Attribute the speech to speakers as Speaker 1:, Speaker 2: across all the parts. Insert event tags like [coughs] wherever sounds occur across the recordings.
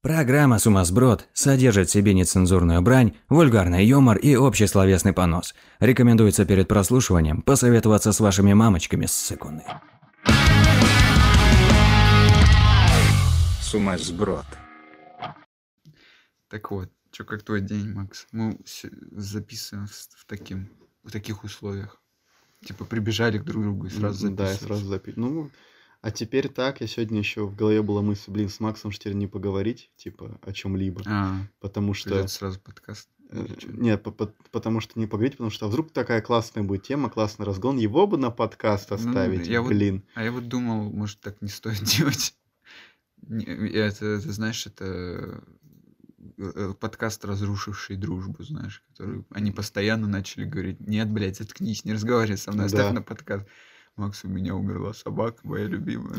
Speaker 1: Программа «Сумасброд» содержит в себе нецензурную брань, вульгарный юмор и общесловесный понос. Рекомендуется перед прослушиванием посоветоваться с вашими мамочками с секунды.
Speaker 2: Сумасброд.
Speaker 3: Так вот, чё, как твой день, Макс? Мы се- записываем в, с- в таким, в таких условиях. Типа прибежали к друг другу и сразу
Speaker 4: М, Да, и
Speaker 3: записываемся.
Speaker 4: сразу запи- Ну, а теперь так, я сегодня еще в голове была мысль, блин, с Максом же теперь не поговорить, типа, о чем-либо.
Speaker 3: А,
Speaker 4: Потому что...
Speaker 3: придётся сразу подкаст.
Speaker 4: э,
Speaker 3: или чё?
Speaker 4: Не, по- по- потому что не поговорить, потому что а вдруг такая классная будет тема, классный разгон, его бы на подкаст
Speaker 3: Ну,
Speaker 4: оставить,
Speaker 3: я вот-
Speaker 4: блин. [laughs]
Speaker 3: А я вот думал, может, так не стоит [laughs] делать. Не, Это, ты знаешь, это э, э, подкаст, разрушивший дружбу, знаешь, который они постоянно начали говорить, нет, блядь, заткнись, не разговаривай со мной, оставь
Speaker 4: Да.
Speaker 3: на подкаст. Макс, у меня умерла собака, моя любимая.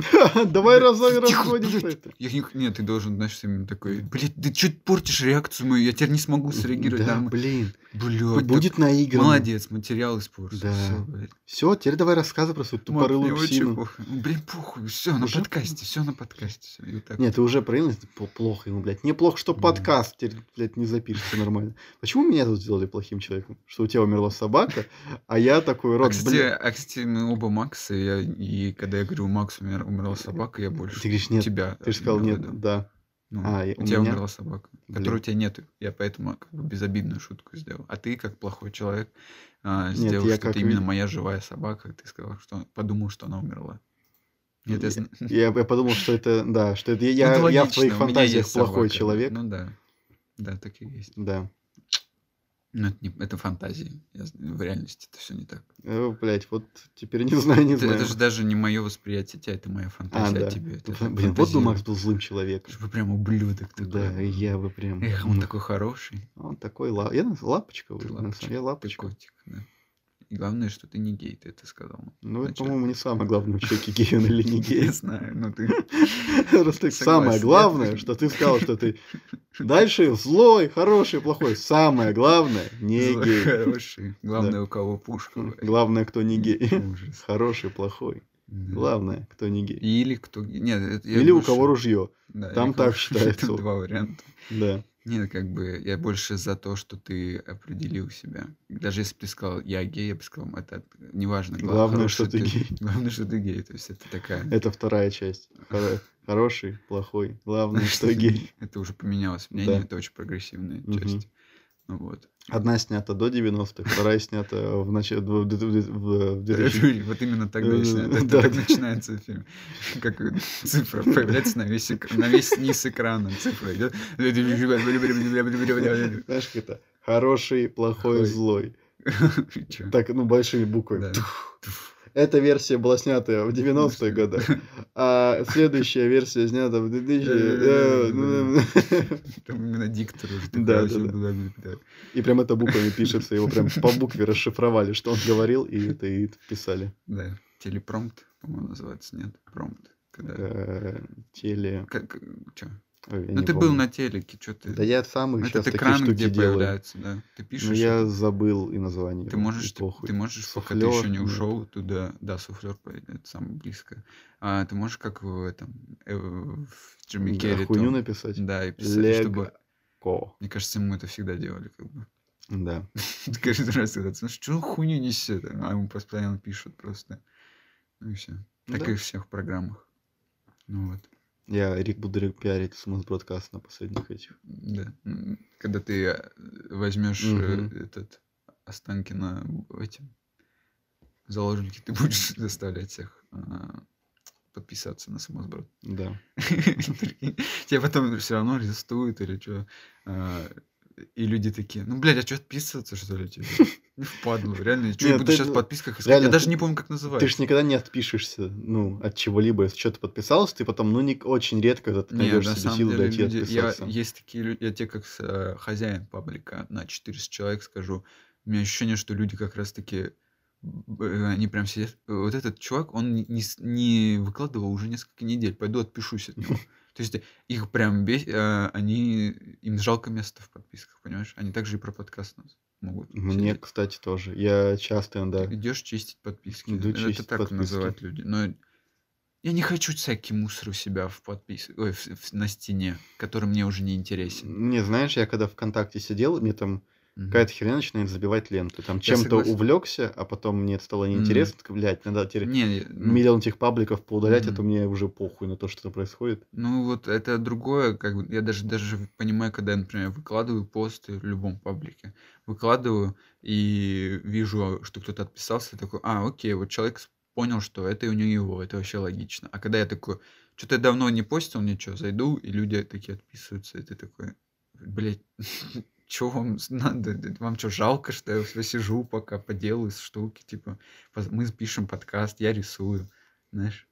Speaker 4: Давай
Speaker 3: Бля,
Speaker 4: разом
Speaker 3: тихо,
Speaker 4: расходимся.
Speaker 3: блядь.
Speaker 4: это.
Speaker 3: Я не- Нет, ты должен, знаешь, именно такой, блядь, ты что портишь реакцию мою, я теперь не смогу среагировать
Speaker 4: Да,
Speaker 3: нормально.
Speaker 4: блин.
Speaker 3: Блядь,
Speaker 4: Будет наиграно.
Speaker 3: Молодец, материал испортил.
Speaker 4: Да.
Speaker 3: всё, блядь.
Speaker 4: Все, теперь давай рассказывай про свою
Speaker 3: Мак, мне
Speaker 4: тупорылую
Speaker 3: очень
Speaker 4: псину.
Speaker 3: похуй. Блин, похуй, все, на
Speaker 4: Уже похуй.
Speaker 3: подкасте, все на подкасте. всё, и вот так
Speaker 4: Нет, ты уже проявил, плохо ему, блядь. Неплохо, что
Speaker 3: Да.
Speaker 4: подкаст теперь, блядь, не запишется нормально. Почему меня тут сделали плохим человеком? Что у тебя умерла собака, а я такой
Speaker 3: А,
Speaker 4: рот,
Speaker 3: кстати,
Speaker 4: блядь.
Speaker 3: а, кстати, мы оба Макса, и, я- и когда я говорю, Макс умер, умерла собака, я больше
Speaker 4: Ты говоришь, нет.
Speaker 3: тебя.
Speaker 4: Ты же сказал,
Speaker 3: имел в
Speaker 4: нет,
Speaker 3: виду.
Speaker 4: да.
Speaker 3: Ну,
Speaker 4: а, и
Speaker 3: у
Speaker 4: у
Speaker 3: тебя
Speaker 4: меня?
Speaker 3: умерла собака, которой у тебя нету. Я поэтому как бы безобидную шутку сделал. А ты, как плохой человек, а,
Speaker 4: Нет,
Speaker 3: сделал,
Speaker 4: я
Speaker 3: что
Speaker 4: как
Speaker 3: ты именно
Speaker 4: ви-
Speaker 3: моя живая собака, и ты сказал, что подумал, что она умерла. Нет, я... зн-
Speaker 4: Я, я подумал, что это, да, что это
Speaker 3: Ну,
Speaker 4: я,
Speaker 3: это
Speaker 4: я в
Speaker 3: логично,
Speaker 4: твоих
Speaker 3: у меня
Speaker 4: фантазиях
Speaker 3: есть
Speaker 4: плохой
Speaker 3: собака.
Speaker 4: человек.
Speaker 3: Ну да. Да, так и есть.
Speaker 4: Да.
Speaker 3: Но это, не- это фантазии. Я з- в реальности это все не так.
Speaker 4: Э, Блять, вот теперь не знаю, не
Speaker 3: Это,
Speaker 4: знаю. А,
Speaker 3: это же даже не мое восприятие тебя, это моя фантазия о
Speaker 4: да.
Speaker 3: тебе. Это так
Speaker 4: Блин, вот бы
Speaker 3: фантазируешь.
Speaker 4: Макс был злым человеком.
Speaker 3: Чтобы прям ублюдок такой.
Speaker 4: Да, и я бы прям...
Speaker 3: Эх,
Speaker 4: ну,
Speaker 3: он такой хороший.
Speaker 4: Он такой ла- Я на- лапочка,
Speaker 3: Ты
Speaker 4: уже, на самом-
Speaker 3: лапочка,
Speaker 4: я
Speaker 3: Ты
Speaker 4: лапочка.
Speaker 3: котик, да. И главное, что ты не гей, ты это сказал.
Speaker 4: Ну, это,
Speaker 3: Значит,
Speaker 4: по-моему, не самое главное, в человеке гей он [laughs] или не гей.
Speaker 3: Я знаю, но
Speaker 4: [laughs]
Speaker 3: ты...
Speaker 4: Просто самое
Speaker 3: Согласен,
Speaker 4: главное,
Speaker 3: я-
Speaker 4: что
Speaker 3: [laughs]
Speaker 4: [laughs] ты сказал, что ты дальше злой, хороший, плохой. Самое главное, не
Speaker 3: [laughs]
Speaker 4: гей.
Speaker 3: Хороший. Главное, у кого пушка. блядь.
Speaker 4: Главное, кто
Speaker 3: [laughs]
Speaker 4: не гей. [laughs]
Speaker 3: Ужас.
Speaker 4: Хороший, плохой.
Speaker 3: Да.
Speaker 4: Главное, кто не гей.
Speaker 3: Или кто... Нет, это я
Speaker 4: Или у
Speaker 3: больше-
Speaker 4: кого ружье.
Speaker 3: [laughs] Да, или
Speaker 4: там
Speaker 3: у кого- [laughs]
Speaker 4: так считается.
Speaker 3: Тут два варианта.
Speaker 4: Да.
Speaker 3: Нет, как бы я больше за то, что ты определил себя. Даже если бы ты сказал, я гей, я бы сказал, это неважно. гла-
Speaker 4: Главное, что
Speaker 3: хороший
Speaker 4: ты гей.
Speaker 3: [laughs] Главное, что ты гей. То есть это такая...
Speaker 4: Это вторая часть. Хоро- Хороший, плохой.
Speaker 3: [laughs]
Speaker 4: Главное, что
Speaker 3: ты
Speaker 4: гей.
Speaker 3: Это уже поменялось мнение,
Speaker 4: Да.
Speaker 3: это очень прогрессивная
Speaker 4: Мгм.
Speaker 3: часть. Ну вот.
Speaker 4: Одна снята до 90-х, вторая снята в начале... в- в- в- в 2000
Speaker 3: Вот именно так
Speaker 4: Э,
Speaker 3: начинается. Это
Speaker 4: да,
Speaker 3: так
Speaker 4: да.
Speaker 3: начинается фильм. Как цифра появляется на весь, эк- на весь низ экрана. Цифра идет.
Speaker 4: Знаешь, как это? Хороший, плохой,
Speaker 3: Плохой.
Speaker 4: злой.
Speaker 3: Чё?
Speaker 4: Так, ну, большими буквами.
Speaker 3: Да.
Speaker 4: Эта версия была снята в 90-х годах, а следующая версия снята в 2000... э, ну,
Speaker 3: [laughs] Там именно диктор уже
Speaker 4: Да,
Speaker 3: такой,
Speaker 4: да, да.
Speaker 3: вообще, да, да.
Speaker 4: И прям это буквами пишется, его прям по букве расшифровали, что он говорил, и это и вписали.
Speaker 3: Да, телепромпт, по-моему, называется, нет? Промпт. Когда...
Speaker 4: Э, Теле...
Speaker 3: Как... чё?
Speaker 4: Ой, я
Speaker 3: Ну
Speaker 4: не
Speaker 3: ты был
Speaker 4: помню.
Speaker 3: на телеке, что ты... Ну,
Speaker 4: Да я сам их
Speaker 3: Этот
Speaker 4: сейчас такие
Speaker 3: экран,
Speaker 4: штуки
Speaker 3: где
Speaker 4: делаю.
Speaker 3: появляется, да. Ты
Speaker 4: Но
Speaker 3: пишешь,
Speaker 4: Ну, я забыл и название.
Speaker 3: ты можешь,
Speaker 4: и
Speaker 3: ты,
Speaker 4: похуй.
Speaker 3: ты можешь, пока ты
Speaker 4: Суфлёр, ну.
Speaker 3: еще не
Speaker 4: нет.
Speaker 3: ушел туда, да, суфлер это самое близкое. А ты можешь как в этом э, в Джимми
Speaker 4: Да,
Speaker 3: Керри
Speaker 4: Хуйню
Speaker 3: том,
Speaker 4: написать.
Speaker 3: да, и писать,
Speaker 4: Лего.
Speaker 3: чтобы.
Speaker 4: Ко.
Speaker 3: Мне кажется, мы это всегда делали, как бы. [laughs]
Speaker 4: Да.
Speaker 3: Каждый раз когда ты, ну что он хуйню несет, а ему постоянно пишут просто. Ну и все. Так
Speaker 4: Да.
Speaker 3: и в всех программах. Ну вот.
Speaker 4: Я Рик буду пиарить смус-бродкаст на последних этих.
Speaker 3: Да. М, Когда ты э, возьмешь э,
Speaker 4: Мгм.
Speaker 3: этот останки на этим заложники, ты будешь [laughs] заставлять всех а, подписаться на самосброд.
Speaker 4: Да.
Speaker 3: [laughs] Прикинь, Тебя потом все равно арестуют или что. И люди такие, ну, блядь, а что отписываться, что ли, тебе? Ну, впадло, реально, что я
Speaker 4: Нет,
Speaker 3: буду
Speaker 4: ты-
Speaker 3: сейчас в подписках искать? Я
Speaker 4: реально,
Speaker 3: даже
Speaker 4: ты-
Speaker 3: не помню, как
Speaker 4: Ты ж
Speaker 3: называется.
Speaker 4: никогда не отпишешься, ну, от чего-либо, если что-то подписался, ты потом, ну, не, очень редко когда ты
Speaker 3: Нет,
Speaker 4: найдешь
Speaker 3: на
Speaker 4: себе
Speaker 3: самом
Speaker 4: силу
Speaker 3: деле,
Speaker 4: дойти
Speaker 3: люди, я,
Speaker 4: отписаться.
Speaker 3: есть такие люди, я тебе как с- э, хозяин паблика на 400 человек скажу, у меня ощущение, что люди как раз-таки, б- э, они прям сидят, э, вот этот чувак, он не, не с- не выкладывал уже несколько недель, пойду отпишусь от
Speaker 4: [laughs]
Speaker 3: него. То есть э, их прям бес... э, они, им жалко места в подписках, понимаешь? Они также и про подкаст нас могут.
Speaker 4: Мне,
Speaker 3: сидеть.
Speaker 4: кстати, тоже. Я часто иногда...
Speaker 3: Идешь чистить подписки.
Speaker 4: Иду
Speaker 3: это
Speaker 4: чистить
Speaker 3: так
Speaker 4: подписки.
Speaker 3: называют люди. Но Я не хочу всякий мусор у себя в подпис... Ой, в- в- на стене, который мне уже не интересен.
Speaker 4: Не, знаешь, я когда ВКонтакте сидел, мне там
Speaker 3: Мгм.
Speaker 4: какая-то херня начинает забивать ленту. Там чем-то
Speaker 3: согласен.
Speaker 4: увлекся, а потом мне это стало неинтересно. так, Блядь, надо теперь
Speaker 3: Не, ну,
Speaker 4: миллион этих пабликов поудалять, а то
Speaker 3: Мгм.
Speaker 4: мне уже похуй на то, что там происходит.
Speaker 3: Ну вот это другое, как бы я даже даже понимаю, когда я, например, выкладываю посты в любом паблике, выкладываю и вижу, что кто-то отписался, я такой, а, окей, вот человек с- понял, что это у не его, это вообще логично. А когда я такой, что-то я давно не постил ничего, зайду, и люди такие отписываются, и ты такой, блядь, [laughs] чего вам с- надо? Д- Вам что, жалко, что я сижу пока поделаю штуки, типа, поз- мы пишем подкаст, я рисую, знаешь?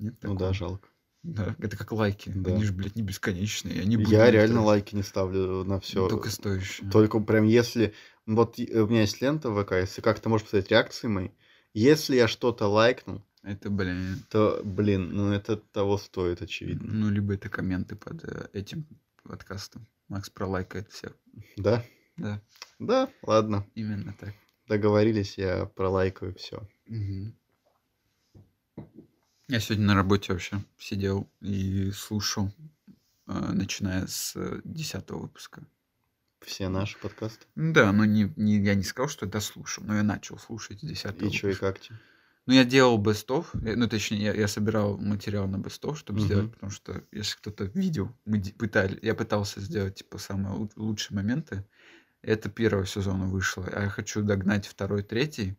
Speaker 3: Нет
Speaker 4: Ну да,
Speaker 3: такого?
Speaker 4: жалко.
Speaker 3: Да, это как лайки.
Speaker 4: Да.
Speaker 3: Они же, блядь, не бесконечные. Они э,
Speaker 4: Я реально лайки не ставлю на все.
Speaker 3: Только стоящие.
Speaker 4: Только прям если... Вот и- у меня есть лента в ВК, если как ты можешь посмотреть реакции мои. Если я что-то лайкнул,
Speaker 3: Это, блин,
Speaker 4: то, блин, ну это того стоит, очевидно.
Speaker 3: ну, либо это комменты под э, этим подкастом. Макс пролайкает всех.
Speaker 4: Да?
Speaker 3: Да,
Speaker 4: Да, ладно.
Speaker 3: именно так.
Speaker 4: Договорились, я пролайкаю все.
Speaker 3: Я сегодня на работе вообще сидел и слушал, э, начиная с э, десятого выпуска.
Speaker 4: Все наши подкасты.
Speaker 3: Ну Да, но не, не- я не сказал, что я дослушал, но я начал слушать с десятого
Speaker 4: И чё, и как тебе?
Speaker 3: Ну, я делал бестов, ну, точнее, я, я собирал материал на бестов, чтобы
Speaker 4: Мгм.
Speaker 3: сделать, потому что, если кто-то видел, мы де- пытали, я пытался сделать, типа, самые лу- лучшие моменты. Это первого сезона вышло, а я хочу догнать второй, третий.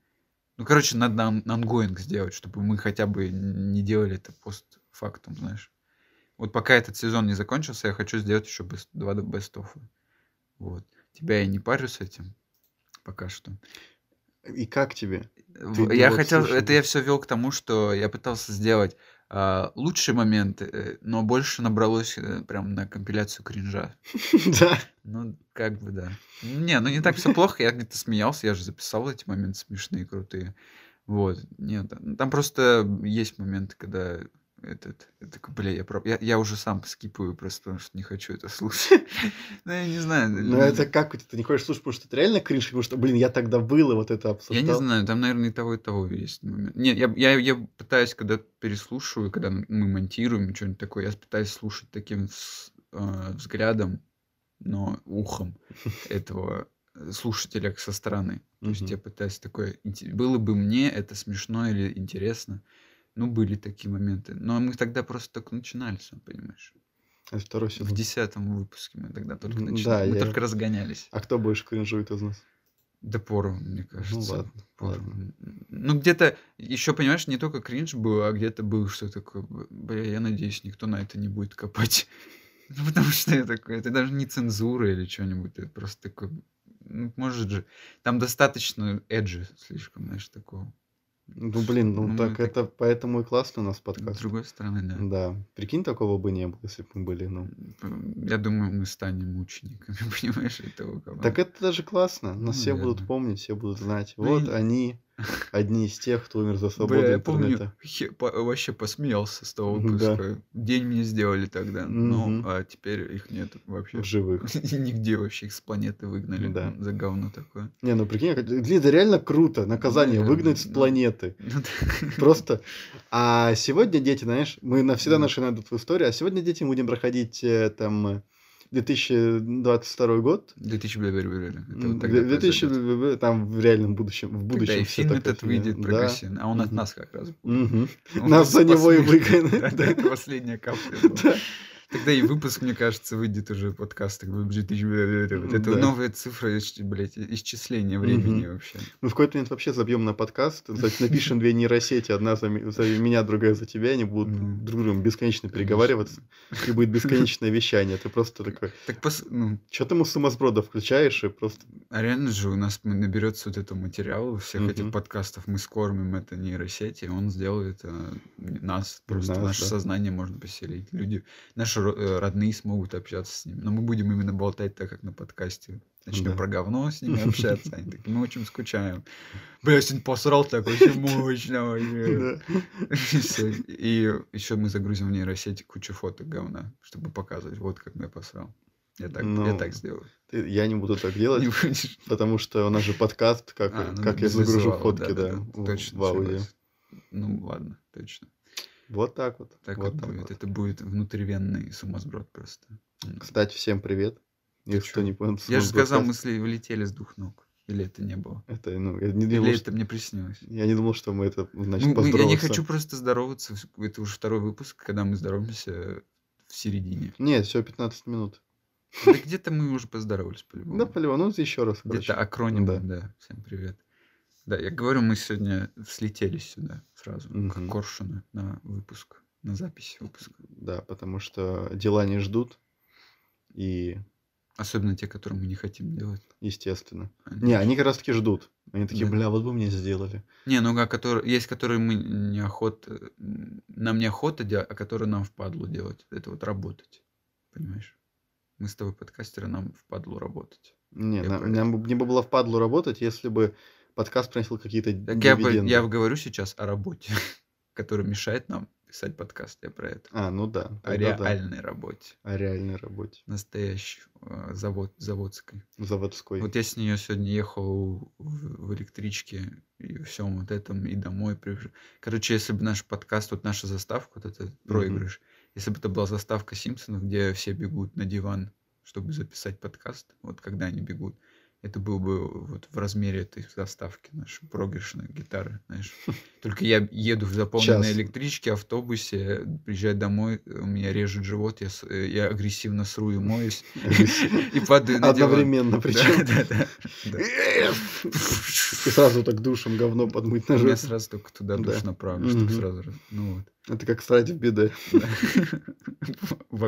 Speaker 3: Ну, короче, надо нам ангоинг сделать, чтобы мы хотя бы не делали это постфактум, знаешь. Вот пока этот сезон не закончился, я хочу сделать еще бест- два бестов. Вот. Тебя я не парю с этим пока что.
Speaker 4: И как тебе?
Speaker 3: В-
Speaker 4: Ты
Speaker 3: я
Speaker 4: вот
Speaker 3: хотел,
Speaker 4: слушай,
Speaker 3: это
Speaker 4: да.
Speaker 3: я все вел к тому, что я пытался сделать а, лучшие моменты, э, но больше набралось э, прям на компиляцию кринжа.
Speaker 4: [laughs] Да.
Speaker 3: Ну, как бы да. Не, ну не так все плохо, я где-то смеялся, я же записал эти моменты смешные, крутые. Вот, нет, ну, там просто есть моменты, когда этот, я такой, бля, я, про- я, я уже сам скипаю просто, потому что не хочу это слушать. [laughs] Ну, я не знаю.
Speaker 4: Ну
Speaker 3: люди-
Speaker 4: это как? Ты не хочешь слушать, потому что это реально кринж? Потому что, блин, я тогда был и вот это обсуждал.
Speaker 3: Я не знаю, там, наверное, и того, и того есть момент. Нет, я, я, я пытаюсь, когда переслушиваю, когда м- мы монтируем что-нибудь такое, я пытаюсь слушать таким вс- э, взглядом, но
Speaker 4: [laughs]
Speaker 3: ухом этого э, слушателя со стороны. То есть
Speaker 4: Мгм.
Speaker 3: я пытаюсь такое... инте- Было бы мне это смешно или интересно. Ну, были такие моменты. Но мы тогда просто только начинали, сам понимаешь.
Speaker 4: Это второй
Speaker 3: В
Speaker 4: сезон.
Speaker 3: десятом выпуске мы тогда только
Speaker 4: М, да,
Speaker 3: начинали. мы
Speaker 4: я-
Speaker 3: только разгонялись.
Speaker 4: А кто больше кринжует из нас?
Speaker 3: Да пору, мне кажется.
Speaker 4: Ну ладно,
Speaker 3: пору.
Speaker 4: ладно.
Speaker 3: М, Ну, где-то, еще, понимаешь, не только кринж был, а где-то был что такое, б- бля, я надеюсь, никто на это не будет копать. [laughs] Ну, потому что я такой, это даже не цензура или что-нибудь, это просто такой, ну, может же, там достаточно эджи слишком, знаешь, такого.
Speaker 4: Ну блин, ну
Speaker 3: Ну,
Speaker 4: так
Speaker 3: мы
Speaker 4: это поэтому и классно у нас
Speaker 3: С
Speaker 4: подкаст.
Speaker 3: другой стороны, да.
Speaker 4: Да. Прикинь, такого бы не было, если бы мы были, ну.
Speaker 3: М, Я думаю, мы станем мучениками, [laughs] понимаешь, этого говна.
Speaker 4: Так это даже классно. Нас
Speaker 3: Ну,
Speaker 4: все будут
Speaker 3: наверное.
Speaker 4: помнить, все будут знать.
Speaker 3: Ну,
Speaker 4: Вот
Speaker 3: и- [laughs]
Speaker 4: они, одни из тех, кто умер за свободу
Speaker 3: Бля, я
Speaker 4: интернета.
Speaker 3: помню, хе- по- вообще посмеялся с того
Speaker 4: Да.
Speaker 3: выпуска. День мне сделали тогда,
Speaker 4: Мгм.
Speaker 3: ну, а теперь их нет вообще.
Speaker 4: В живых.
Speaker 3: И [laughs] Нигде вообще их с планеты выгнали
Speaker 4: Да.
Speaker 3: ну, за говно такое. [laughs]
Speaker 4: Не, ну прикинь, как- блин, это реально круто. Наказание
Speaker 3: Наверное,
Speaker 4: выгнать с
Speaker 3: да.
Speaker 4: планеты.
Speaker 3: Ну, да.
Speaker 4: Просто. А сегодня дети, знаешь, мы навсегда
Speaker 3: Да.
Speaker 4: наши найдут в историю, а сегодня дети будем проходить э, там э, 2022 год.
Speaker 3: 2000 бля- бля- бля- бля. Это
Speaker 4: М,
Speaker 3: вот тогда
Speaker 4: 2000
Speaker 3: произойдет.
Speaker 4: бля-бля-бля, там в реальном будущем, в
Speaker 3: Когда
Speaker 4: будущем
Speaker 3: и
Speaker 4: всё
Speaker 3: фильм
Speaker 4: такая
Speaker 3: этот
Speaker 4: фигня.
Speaker 3: выйдет
Speaker 4: Да.
Speaker 3: прогрессивно, а он от
Speaker 4: Мгм.
Speaker 3: нас как раз.
Speaker 4: Мгм.
Speaker 3: Он
Speaker 4: [laughs] Нас за него и
Speaker 3: посмеет. Да,
Speaker 4: выгонят,
Speaker 3: [laughs] да,
Speaker 4: да.
Speaker 3: Это последняя капля. была.
Speaker 4: Да.
Speaker 3: Тогда и выпуск, мне кажется, выйдет уже подкаст. как бы, 2000 бля- бля- бля. Вот Это
Speaker 4: Да.
Speaker 3: новая цифра, исч- блядь, исчисления времени вообще.
Speaker 4: Мы в какой-то момент вообще забьем
Speaker 3: [laughs]
Speaker 4: на подкаст, значит, напишем две нейросети, одна за, ми- за меня, другая за тебя, и они будут
Speaker 3: Ну,
Speaker 4: друг с другом
Speaker 3: конечно.
Speaker 4: бесконечно переговариваться, и
Speaker 3: [laughs]
Speaker 4: будет бесконечное вещание. Ты просто такой,
Speaker 3: Так пос- ну,
Speaker 4: что ты ему сумасброда включаешь, и просто...
Speaker 3: А реально же у нас м- наберется вот этого материала, всех
Speaker 4: Мгм.
Speaker 3: этих подкастов, мы скормим это нейросети, и он сделает э, нас, просто
Speaker 4: Нас,
Speaker 3: наше
Speaker 4: да.
Speaker 3: сознание можно поселить. Люди, наши ро- э, родные смогут общаться с ними. Но мы будем именно болтать так, как на подкасте. Начнем
Speaker 4: Да.
Speaker 3: про говно с
Speaker 4: [laughs]
Speaker 3: ними общаться. Они такие, мы очень скучаем. Бля, я сегодня посрал так очень мощно. бля».
Speaker 4: [laughs] Да.
Speaker 3: И [laughs] всё. И еще мы загрузим в нейросети кучу фоток говна, чтобы показывать, вот как я посрал. Я так, я
Speaker 4: Ну,
Speaker 3: так сделаю.
Speaker 4: Ты- Я не буду так
Speaker 3: Не
Speaker 4: делать,
Speaker 3: будешь?
Speaker 4: потому что у нас же подкаст, как,
Speaker 3: А, ну да,
Speaker 4: как я
Speaker 3: без
Speaker 4: загружу
Speaker 3: визуала,
Speaker 4: фотки, да,
Speaker 3: да-да-да,
Speaker 4: в-
Speaker 3: Точно,
Speaker 4: в аудио.
Speaker 3: согласен. Ну ладно, точно.
Speaker 4: Вот так вот.
Speaker 3: Так
Speaker 4: вот
Speaker 3: вот
Speaker 4: так
Speaker 3: будет.
Speaker 4: вот.
Speaker 3: Это будет внутривенный сумасброд просто. М.
Speaker 4: Кстати, всем привет.
Speaker 3: Ты
Speaker 4: Если кто
Speaker 3: чё?
Speaker 4: не понял, это
Speaker 3: Я же
Speaker 4: Смурф
Speaker 3: сказал, мы
Speaker 4: подкаст.
Speaker 3: сли- влетели с двух ног. Или это не было?
Speaker 4: Это, ну, я не думал,
Speaker 3: Или
Speaker 4: что-
Speaker 3: это мне приснилось?
Speaker 4: я не думал, что мы это, значит,
Speaker 3: Ну, мы- я не
Speaker 4: поздороваться.
Speaker 3: хочу просто здороваться. вс- Это уже второй выпуск, когда мы здороваемся в середине.
Speaker 4: Нет, все, 15 минут.
Speaker 3: Да где-то мы уже поздоровались, по-любому.
Speaker 4: Да, полево, ну, еще раз, короче.
Speaker 3: Где-то акроним,
Speaker 4: Да.
Speaker 3: да. Всем привет. Да, я говорю, мы сегодня слетелись сюда сразу,
Speaker 4: Мгм.
Speaker 3: как коршуны, на выпуск, на запись выпуска.
Speaker 4: Да, потому что дела не ждут. И,
Speaker 3: Особенно те, которые мы не хотим делать.
Speaker 4: естественно.
Speaker 3: Они-
Speaker 4: Не, они как раз таки ждут. Они такие,
Speaker 3: Да.
Speaker 4: бля, вот бы мне сделали.
Speaker 3: Не, ну а которые, есть, которые мы неохота, м, нам неохота делать, а которые нам впадлу делать. Это вот работать, понимаешь? Мы с тобой подкастеры, нам впадлу работать.
Speaker 4: Не,
Speaker 3: Я
Speaker 4: на-
Speaker 3: про
Speaker 4: нам бы- мне бы было впадло работать, если бы подкаст приносил какие-то
Speaker 3: Так я, по-
Speaker 4: дивиденды.
Speaker 3: я говорю сейчас о работе, [laughs] которая мешает нам писать подкаст, я про это.
Speaker 4: А, ну да.
Speaker 3: О
Speaker 4: тогда да.
Speaker 3: реальной работе,
Speaker 4: О реальной работе.
Speaker 3: настоящей, э, завод, заводской.
Speaker 4: Заводской. [laughs]
Speaker 3: Вот я с нее сегодня ехал в, в электричке и всем вот этом, и домой. прибежал. Короче, если бы наш подкаст, вот наша заставка, вот этот проигрыш, если бы это была заставка Симпсонов, где все бегут на диван, чтобы записать подкаст, вот когда они бегут, это был бы вот в размере этой заставки нашей проигрышной гитары,
Speaker 4: [laughs]
Speaker 3: знаешь. Только я еду в заполненной
Speaker 4: Час.
Speaker 3: электричке, автобусе, приезжаю домой, у меня режет живот, я, с- э, я агрессивно сру и моюсь, [laughs] и падаю на диван.
Speaker 4: Одновременно причем.
Speaker 3: Да, да, да, да.
Speaker 4: И сразу так душем говно подмыть
Speaker 3: У
Speaker 4: ножом.
Speaker 3: меня сразу только туда
Speaker 4: Да.
Speaker 3: душ направлю, чтобы
Speaker 4: Мгм.
Speaker 3: сразу... раз- Ну вот.
Speaker 4: Это как срать в беде.
Speaker 3: [laughs]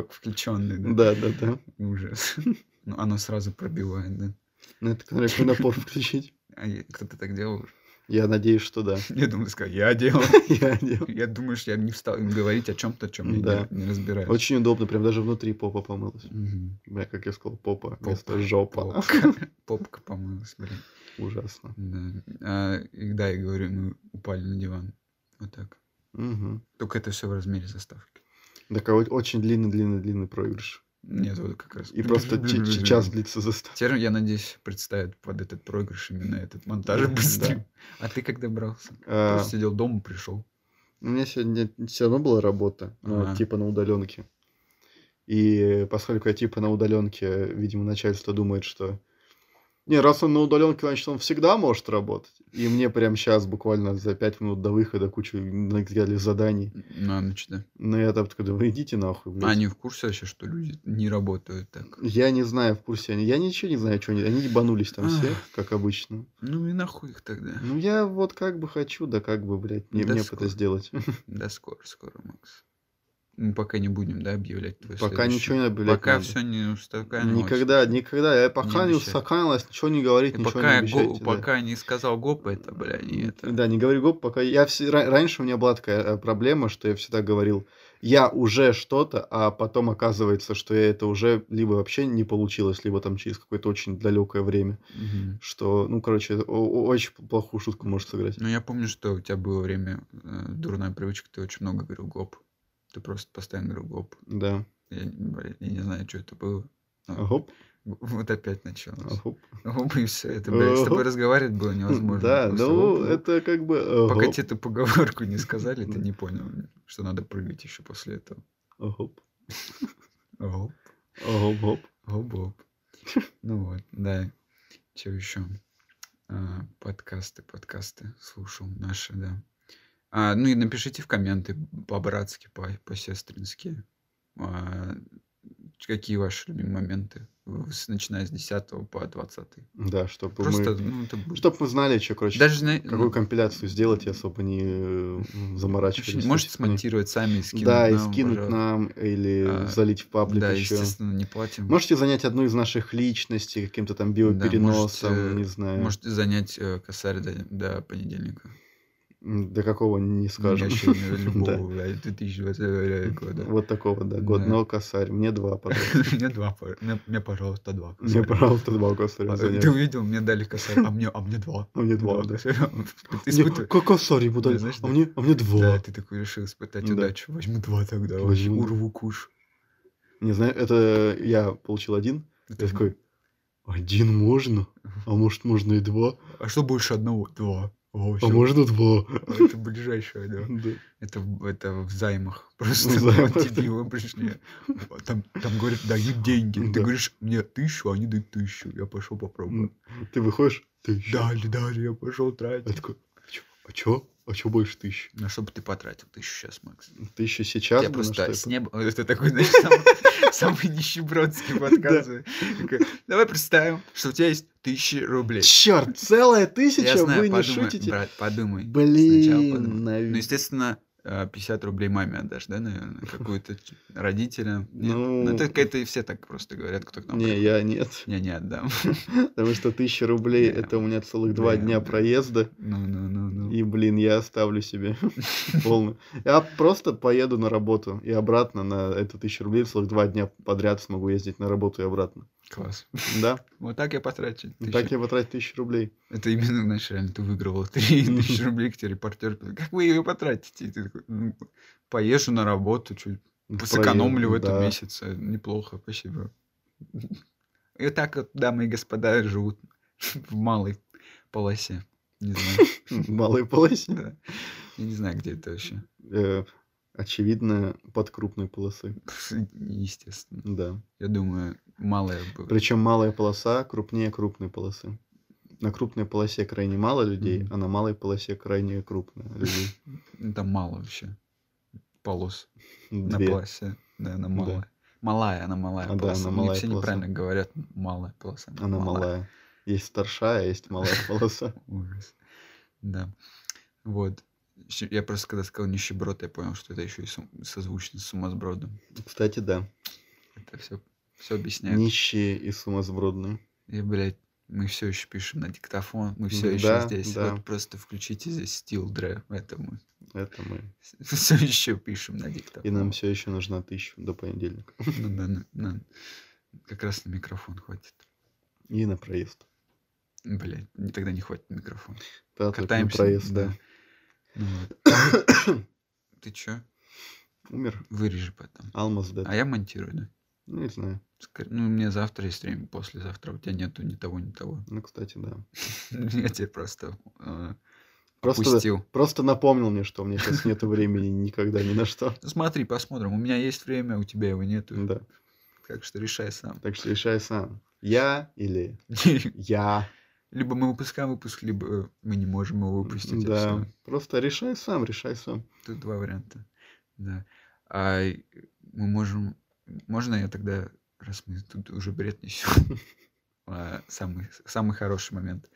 Speaker 3: Включенный, да?
Speaker 4: Да, да, да.
Speaker 3: Ужас. Ну, оно сразу пробивает, да?
Speaker 4: Ну, Это как какой напор включить.
Speaker 3: А я- кто-то так делал? [laughs]
Speaker 4: Я надеюсь, что да.
Speaker 3: Я думаю, сказал, я делал. [laughs]
Speaker 4: Я делал.
Speaker 3: Я думаю, что я не встал им говорить о чем-то, о чем я
Speaker 4: Да.
Speaker 3: не- не разбираюсь.
Speaker 4: Очень удобно, прям даже внутри попа помылась.
Speaker 3: Мгм.
Speaker 4: Бля, как я сказал, попа
Speaker 3: Попа,
Speaker 4: вместо жопа.
Speaker 3: Попка. [laughs] Попка помылась, блин.
Speaker 4: [laughs] Ужасно.
Speaker 3: Да. А, и Да, я говорю, мы упали на диван. Вот так.
Speaker 4: Мгм.
Speaker 3: Только это все в размере заставки.
Speaker 4: Да, кого- очень длинный-длинный-длинный проигрыш.
Speaker 3: Нет, вот как раз.
Speaker 4: И просто
Speaker 3: [laughs]
Speaker 4: ч- ч- час длится застав.
Speaker 3: Теперь, я надеюсь, представят под этот проигрыш именно этот монтаж
Speaker 4: Да.
Speaker 3: быстрее. А ты как добрался?
Speaker 4: А,
Speaker 3: Просто сидел дома, пришел.
Speaker 4: У меня сегодня все равно была работа, но
Speaker 3: Ага.
Speaker 4: типа на удаленке. И поскольку я типа на удаленке, видимо, начальство думает, что не, раз он на удаленке, значит, он всегда может работать. И мне прямо сейчас, буквально за пять минут до выхода, кучу нагряли заданий.
Speaker 3: На ночь, да.
Speaker 4: Но я там такой думаю, идите нахуй, блядь».
Speaker 3: А они в курсе вообще, что люди не работают так?
Speaker 4: Я не знаю, в курсе они. Я ничего не знаю, что они. Они ебанулись там все,
Speaker 3: Ах.
Speaker 4: как обычно.
Speaker 3: Ну и нахуй их тогда.
Speaker 4: Ну, я вот как бы хочу, да как бы, блядь, не
Speaker 3: Да
Speaker 4: мне бы
Speaker 3: скоро.
Speaker 4: это сделать.
Speaker 3: Да скоро, скоро, Макс. Мы пока не будем, да, объявлять твой
Speaker 4: Пока ничего не объявлять
Speaker 3: Пока
Speaker 4: надо.
Speaker 3: все не устаканилось.
Speaker 4: Никогда, никогда. Я пока не
Speaker 3: обещай.
Speaker 4: устаканилась, ничего не говорить,
Speaker 3: И
Speaker 4: ничего
Speaker 3: пока,
Speaker 4: не
Speaker 3: я
Speaker 4: обещайте.
Speaker 3: го-
Speaker 4: да.
Speaker 3: пока не сказал гоп, это, бля, не это.
Speaker 4: Да, не говори гоп, пока... Я все... ра- Раньше у меня была такая э, проблема, что я всегда говорил, я уже что-то, а потом оказывается, что я это уже либо вообще не получилось, либо там через какое-то очень далекое время.
Speaker 3: Мгм.
Speaker 4: Что, ну, короче, это о- о- очень плохую шутку может сыграть.
Speaker 3: Ну, я помню, что у тебя было время, э, дурная привычка, ты очень много говорил гоп. Ты просто постоянно говорил гоп.
Speaker 4: Да.
Speaker 3: Я, не- блин, я не знаю, что это было. Но
Speaker 4: Гоп,
Speaker 3: Вот опять началось. [laughs]
Speaker 4: гоп.
Speaker 3: Гоп, и все это, блядь, с
Speaker 4: Гоп.
Speaker 3: тобой разговаривать было невозможно.
Speaker 4: Да,
Speaker 3: Просто
Speaker 4: ну,
Speaker 3: гоп, гоп.
Speaker 4: это как бы... э,
Speaker 3: Пока
Speaker 4: гоп,
Speaker 3: тебе эту поговорку не сказали, ты
Speaker 4: Да.
Speaker 3: не понял, что надо прыгать еще после этого.
Speaker 4: гоп,
Speaker 3: Гоп,
Speaker 4: гоп, гоп.
Speaker 3: гоп,
Speaker 4: [laughs]
Speaker 3: гоп. Ну вот, да. Че еще? подкасты, подкасты слушал наши, да. А, ну и напишите в комменты по-братски, по- по-сестрински, а, ч- какие ваши любимые моменты, в- с- начиная с 10 по 20.
Speaker 4: Да, чтобы
Speaker 3: Просто,
Speaker 4: мы...
Speaker 3: ну, это будет.
Speaker 4: Чтобы мы знали, что, короче,
Speaker 3: Даже, зна-
Speaker 4: Какую
Speaker 3: ну,
Speaker 4: компиляцию сделать, я особо не э, м, заморачиваюсь.
Speaker 3: вообще, можете
Speaker 4: Типа, не-
Speaker 3: смонтировать сами и скинуть
Speaker 4: Да, и
Speaker 3: нам,
Speaker 4: скинуть
Speaker 3: пожалуйста.
Speaker 4: нам, или
Speaker 3: А,
Speaker 4: залить в паблик
Speaker 3: Да,
Speaker 4: еще.
Speaker 3: естественно, не платим.
Speaker 4: Можете занять одну из наших личностей каким-то там
Speaker 3: Да,
Speaker 4: биопереносом,
Speaker 3: можете-
Speaker 4: не знаю.
Speaker 3: Можете занять э, косарь до, до понедельника.
Speaker 4: М, До какого не скажем.
Speaker 3: Ящик на
Speaker 4: [laughs]
Speaker 3: любого, бля, 2020 года.
Speaker 4: Вот такого, да. Год,
Speaker 3: Да.
Speaker 4: но косарь. Мне два,
Speaker 3: [laughs]
Speaker 4: пожалуйста.
Speaker 3: Мне два, пар- мне, мне, пожалуйста, два.
Speaker 4: Мне,
Speaker 3: косаря.
Speaker 4: пожалуйста, два косаря
Speaker 3: А,
Speaker 4: занять.
Speaker 3: Ты увидел, мне дали косарь, а мне, а мне два.
Speaker 4: А мне два, да.
Speaker 3: косаря. [laughs] Ты
Speaker 4: Мне
Speaker 3: испытываешь-
Speaker 4: ко- косарь ему
Speaker 3: Да,
Speaker 4: дали,
Speaker 3: знаешь, да.
Speaker 4: а мне, а мне два.
Speaker 3: Да, ты такой решил испытать
Speaker 4: Да.
Speaker 3: удачу. Возьму два тогда,
Speaker 4: Возьму.
Speaker 3: урву куш.
Speaker 4: Не знаю, это я получил один. Я такой, один можно? А может, можно и два?
Speaker 3: А что больше одного? Два. О,
Speaker 4: А
Speaker 3: всё,
Speaker 4: можно два?
Speaker 3: [laughs] Это ближайшее, да.
Speaker 4: Да.
Speaker 3: Это, в- это в займах. [laughs] Просто
Speaker 4: В займах,
Speaker 3: вот
Speaker 4: да.
Speaker 3: дебилы пришли. Там, там говорят, дают деньги. Ты
Speaker 4: Да.
Speaker 3: говоришь, мне тысячу, а они дают тысячу. Я пошел попробую.
Speaker 4: М, Ты выходишь, ты ещё.
Speaker 3: Дали, дали, я пошел
Speaker 4: Я
Speaker 3: тратить.
Speaker 4: такой, а чё, а чё? А чё больше тысячи?
Speaker 3: На что бы ты потратил тысячу сейчас, Макс?
Speaker 4: Тысяча сейчас
Speaker 3: Я
Speaker 4: бы на что
Speaker 3: просто
Speaker 4: я
Speaker 3: с
Speaker 4: пот-
Speaker 3: неба... Это такой, знаешь, самый-
Speaker 4: [laughs]
Speaker 3: самый нищебродский подкаст. Такой, Давай представим, что у тебя есть тысячи рублей.
Speaker 4: Чёрт, целая
Speaker 3: Я
Speaker 4: тысяча,
Speaker 3: знаю,
Speaker 4: вы не
Speaker 3: подумай,
Speaker 4: шутите?
Speaker 3: брат, подумай. Сначала подумай.
Speaker 4: Блин,
Speaker 3: Ну,
Speaker 4: нави-
Speaker 3: естественно, э, 50 рублей маме отдашь, да,
Speaker 4: [laughs]
Speaker 3: наверное? Какую-то ч- родителям. Нет?
Speaker 4: Ну-
Speaker 3: Ну, это это и все так просто говорят, кто к нам
Speaker 4: не,
Speaker 3: приходит.
Speaker 4: я нет. [laughs]
Speaker 3: Я не отдам.
Speaker 4: Потому что тысяча рублей
Speaker 3: Да.
Speaker 4: это у меня целых два
Speaker 3: Блин,
Speaker 4: дня
Speaker 3: да.
Speaker 4: проезда.
Speaker 3: Ну, ну, ну, ну.
Speaker 4: И, блин, я оставлю себе [laughs] полную. Я просто поеду на работу и обратно на эту тысячу рублей целых два дня подряд смогу ездить на работу и обратно.
Speaker 3: Класс.
Speaker 4: Да,
Speaker 3: Вот так я потрачу.
Speaker 4: Ну, так
Speaker 3: тысячу.
Speaker 4: я потрачу тысячу рублей.
Speaker 3: Это именно, знаешь, реально ты выигрывал [laughs] 3000 рублей, к тебе репортер. говорит, Как вы ее потратите? И ты такой, «Ну, поезжу на работу, чуть сэкономлю в
Speaker 4: Проеду,
Speaker 3: этом
Speaker 4: Ну, да.
Speaker 3: месяце. Неплохо, спасибо. И так вот, дамы и господа, живут [laughs] в малой полосе. Не знаю.
Speaker 4: В Малой полосе.
Speaker 3: Да. Я не знаю, где это вообще.
Speaker 4: Э, Очевидно, под крупной полосы.
Speaker 3: Естественно.
Speaker 4: Да.
Speaker 3: Я думаю, малая бы-
Speaker 4: Причем малая полоса крупнее крупной полосы. На крупной полосе крайне мало людей,
Speaker 3: Мгм.
Speaker 4: а на малой полосе крайне крупно людей.
Speaker 3: Ну, Там мало вообще полос [laughs] на
Speaker 4: Две.
Speaker 3: полосе. Да, она малая. Малая, она малая
Speaker 4: А, да,
Speaker 3: полоса.
Speaker 4: она
Speaker 3: Мне
Speaker 4: малая
Speaker 3: все
Speaker 4: полоса.
Speaker 3: неправильно говорят малая полоса.
Speaker 4: Она малая. Есть старшая, а есть
Speaker 3: [laughs]
Speaker 4: малая полоса.
Speaker 3: Ужас. Да. Вот. Щ- Я просто когда сказал нищеброд, я понял, что это еще и сум- созвучно с сумасбродом.
Speaker 4: Кстати, да.
Speaker 3: Это все, все объясняет.
Speaker 4: Нищие и сумасбродные.
Speaker 3: И, блядь, мы все еще пишем на диктофон, мы все
Speaker 4: М,
Speaker 3: еще
Speaker 4: да,
Speaker 3: здесь.
Speaker 4: да.
Speaker 3: Вот просто включите здесь стил драйв, это мы [laughs]
Speaker 4: Это мы.
Speaker 3: все еще пишем на диктофон.
Speaker 4: И нам все еще нужна тысяча до понедельника.
Speaker 3: Ну да, на- на- Как раз на микрофон хватит.
Speaker 4: И на проезд.
Speaker 3: Блядь, не- тогда не хватит микрофон.
Speaker 4: Да, только на
Speaker 3: Катаемся.
Speaker 4: проезд, да.
Speaker 3: Ну вот. [coughs] Ты чё?
Speaker 4: Умер.
Speaker 3: Вырежи потом.
Speaker 4: Алмаз, да.
Speaker 3: А я монтирую, да?
Speaker 4: Ну, Не знаю.
Speaker 3: Ск- Ну, у меня завтра есть время, послезавтра. У тебя нету ни того, ни того. [laughs]
Speaker 4: Ну, кстати, да.
Speaker 3: Я тебе просто э,
Speaker 4: Просто-
Speaker 3: опустил.
Speaker 4: Просто напомнил мне, что у меня сейчас нет времени никогда ни на что.
Speaker 3: Смотри, посмотрим. У меня есть время, у тебя его нету.
Speaker 4: Да.
Speaker 3: Так что решай сам. [laughs]
Speaker 4: Так что решай сам. Я или я.
Speaker 3: Либо мы выпускаем выпуск, либо э, мы не можем его выпустить. и
Speaker 4: Да.
Speaker 3: всё.
Speaker 4: Просто решай сам, решай сам.
Speaker 3: Тут два варианта. Да. А и мы можем... Можно я тогда, раз мы тут уже бред несем, [laughs] а, самый, самый хороший момент.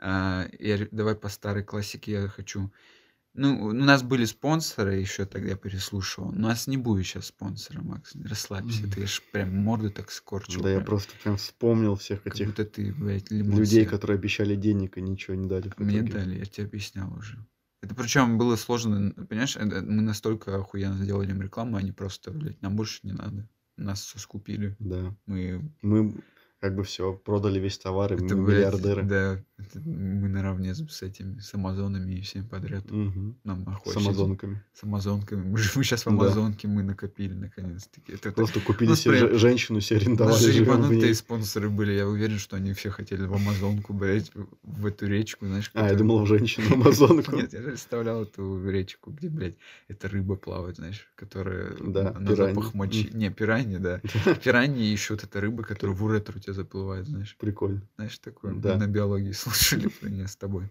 Speaker 3: А, я ре- давай по старой классике я хочу... Ну, у нас были спонсоры еще тогда я переслушивал. У нас не будет сейчас спонсора, Макс. не Расслабься.
Speaker 4: Мгм.
Speaker 3: Ты ж прям морду так скорчил.
Speaker 4: Да я
Speaker 3: прям.
Speaker 4: просто прям вспомнил всех
Speaker 3: Как
Speaker 4: этих
Speaker 3: будто ты, блядь, лимон
Speaker 4: людей,
Speaker 3: съел.
Speaker 4: которые обещали денег и ничего не дали. в
Speaker 3: Мне
Speaker 4: итоге.
Speaker 3: дали, я тебе объяснял уже. Это причем было сложно, н- понимаешь, это- мы настолько охуенно сделали им рекламу, они просто, блядь, нам больше не надо. Нас все скупили.
Speaker 4: Да.
Speaker 3: Мы,
Speaker 4: Мы как бы все, продали весь товар, и мы
Speaker 3: это, блядь,
Speaker 4: миллиардеры.
Speaker 3: да, это мы наравне с, с этими, с Амазонами и всем подряд.
Speaker 4: Мгм.
Speaker 3: Нам
Speaker 4: С
Speaker 3: охочется.
Speaker 4: амазонками.
Speaker 3: С Амазонками. Мы, же- мы сейчас в
Speaker 4: Да.
Speaker 3: Амазонке, мы накопили наконец-таки. Это, это-
Speaker 4: Просто купили
Speaker 3: Ну,
Speaker 4: себе
Speaker 3: прям-
Speaker 4: же- женщину, себе арендовали.
Speaker 3: Наши
Speaker 4: живем в
Speaker 3: ебанутые
Speaker 4: ней.
Speaker 3: спонсоры были. Я уверен, что они все хотели в Амазонку, блядь, в- в эту речку, знаешь.
Speaker 4: А, я
Speaker 3: которую-
Speaker 4: думал, в женщину
Speaker 3: [laughs]
Speaker 4: амазонку.
Speaker 3: Нет, я представлял эту речку, где, блядь, эта рыба плавает, знаешь, которая
Speaker 4: Да,
Speaker 3: на
Speaker 4: пираньи.
Speaker 3: запах мочи.
Speaker 4: Мгм.
Speaker 3: Не, пираньи,
Speaker 4: [laughs]
Speaker 3: да. Пираньи и еще вот эта рыба, которая в уретру у тебя заплывает, знаешь.
Speaker 4: Прикольно.
Speaker 3: Знаешь, такое Мы
Speaker 4: Да.
Speaker 3: на биологии [laughs] слушали про нее с тобой.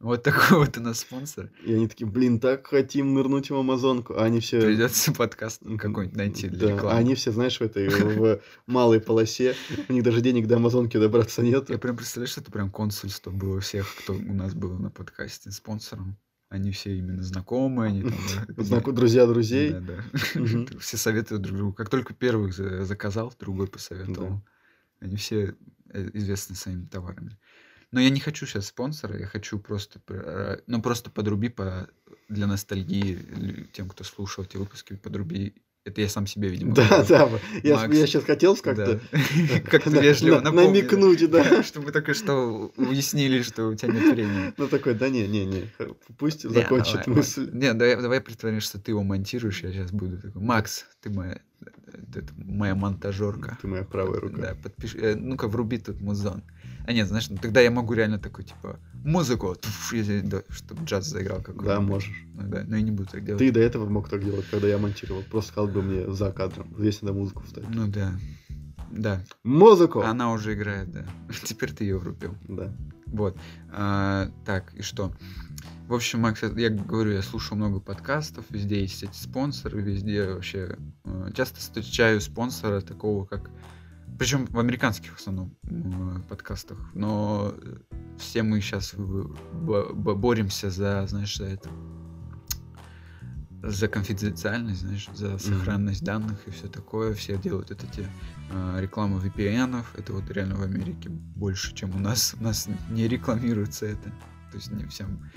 Speaker 3: Вот такой [laughs] вот у нас спонсор.
Speaker 4: И они такие, блин, так хотим нырнуть в амазонку. А они все...
Speaker 3: Придется подкаст какой-нибудь найти для
Speaker 4: Да, а
Speaker 3: рекламы.
Speaker 4: они все, знаешь, в этой, в малой полосе. У них даже денег до амазонки добраться нет.
Speaker 3: Я прям представляю, что это прям консульство было у всех, кто у нас был на подкасте спонсором. Они все именно знакомые, они там...
Speaker 4: [laughs]
Speaker 3: э,
Speaker 4: Знаку друзья друзей.
Speaker 3: Да, да.
Speaker 4: Мгм.
Speaker 3: Это Все советуют друг другу. Как только первый за- заказал, другой посоветовал. Они все э, известны своими товарами. Но я не хочу сейчас спонсора, я хочу просто... про- Ну, просто подруби по... для ностальгии лю- тем, кто слушал эти выпуски, подруби... Это я сам себе, видимо.
Speaker 4: Да,
Speaker 3: говорю.
Speaker 4: да. Я,
Speaker 3: Макс.
Speaker 4: я сейчас хотел
Speaker 3: Да. [laughs]
Speaker 4: как-то
Speaker 3: Как-то
Speaker 4: на-
Speaker 3: вежливо
Speaker 4: на-
Speaker 3: напомнили. [laughs]
Speaker 4: намекнуть, да.
Speaker 3: Что мы только что уяснили, что у тебя нет времени.
Speaker 4: Ну такой, да не, не, не, х- пусть
Speaker 3: Не,
Speaker 4: закончит
Speaker 3: давай,
Speaker 4: мысль.
Speaker 3: ладно. Не, давай, давай притворишь, что ты его монтируешь, я сейчас буду такой, Макс, ты моя э, Это, это моя монтажерка.
Speaker 4: Ты моя правая рука.
Speaker 3: Да, подпиши. э, Ну-ка, вруби тут музон. А нет, знаешь, ну, тогда я могу реально такой, типа, музыку, туф, если- да, чтобы джаз заиграл какой-то.
Speaker 4: Да, можешь.
Speaker 3: Ну, да, но я не буду так делать.
Speaker 4: Ты и до этого мог так делать, когда я монтировал. Просто сказал бы мне за кадром. Здесь надо музыку вставить.
Speaker 3: Ну да. Да,
Speaker 4: Музыку!
Speaker 3: она уже играет, да. [laughs] Теперь ты ее врубил.
Speaker 4: Да.
Speaker 3: Вот. А, так, и что? В общем, Макс, я- я говорю, я слушал много подкастов, везде есть эти спонсоры, везде вообще... э, Часто встречаю спонсора такого, как... Причем в американских в основном м, подкастах, но э, все мы сейчас боремся за, знаешь, за это за конфиденциальность, знаешь, за сохранность данных и все такое. Все делают это те э, рекламу VPN, это вот реально в Америке больше, чем у нас. У нас не рекламируется это. То есть не всем.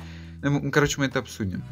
Speaker 3: Ну, м, короче, мы это обсудим.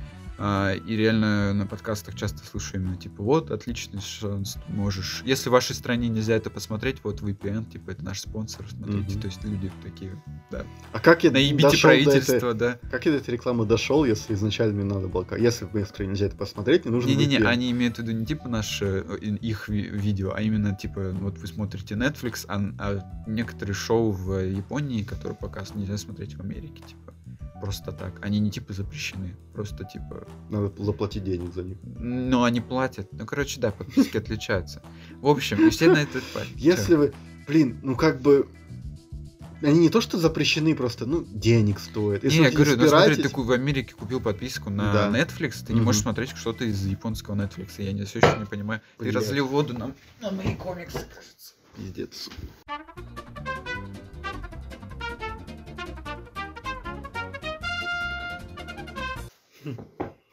Speaker 3: А, и реально на подкастах часто слушаю именно типа вот отличный шанс, можешь. Если в вашей стране нельзя это посмотреть, вот VPN, типа это наш спонсор, смотрите.
Speaker 4: Мгм.
Speaker 3: То есть люди такие, да.
Speaker 4: А как я
Speaker 3: Наебите
Speaker 4: дошел до этой...
Speaker 3: правительство, да.
Speaker 4: Как я до этой рекламы дошел, если изначально мне надо было... Если в моей стране нельзя это посмотреть, не нужно...
Speaker 3: Не-не-не,
Speaker 4: VPN?
Speaker 3: они имеют в виду не типа наше э, и- их ви- видео, а именно типа, ну, вот вы смотрите Netflix, а, а некоторые шоу в Японии, которые показывают, нельзя смотреть в Америке, типа. Просто так. Они не типа запрещены. Просто типа.
Speaker 4: Надо заплатить денег за них.
Speaker 3: Но они платят. Ну, короче, да, подписки отличаются. В общем, и все на
Speaker 4: [laughs]
Speaker 3: это типа, пальцы.
Speaker 4: Если вы... Блин, ну как бы... Они не то что запрещены, просто, ну, денег стоит.
Speaker 3: Не,
Speaker 4: Если
Speaker 3: я
Speaker 4: вы
Speaker 3: говорю, ну смотри, ты
Speaker 4: собираетесь-
Speaker 3: ку- в Америке купил подписку на
Speaker 4: Да.
Speaker 3: Netflix, ты не
Speaker 4: Мгм.
Speaker 3: можешь смотреть что-то из японского Netflix. Я не, все еще не понимаю.
Speaker 4: Блядь.
Speaker 3: Ты разлил воду на, на мои комиксы, кажется.
Speaker 4: Пиздец.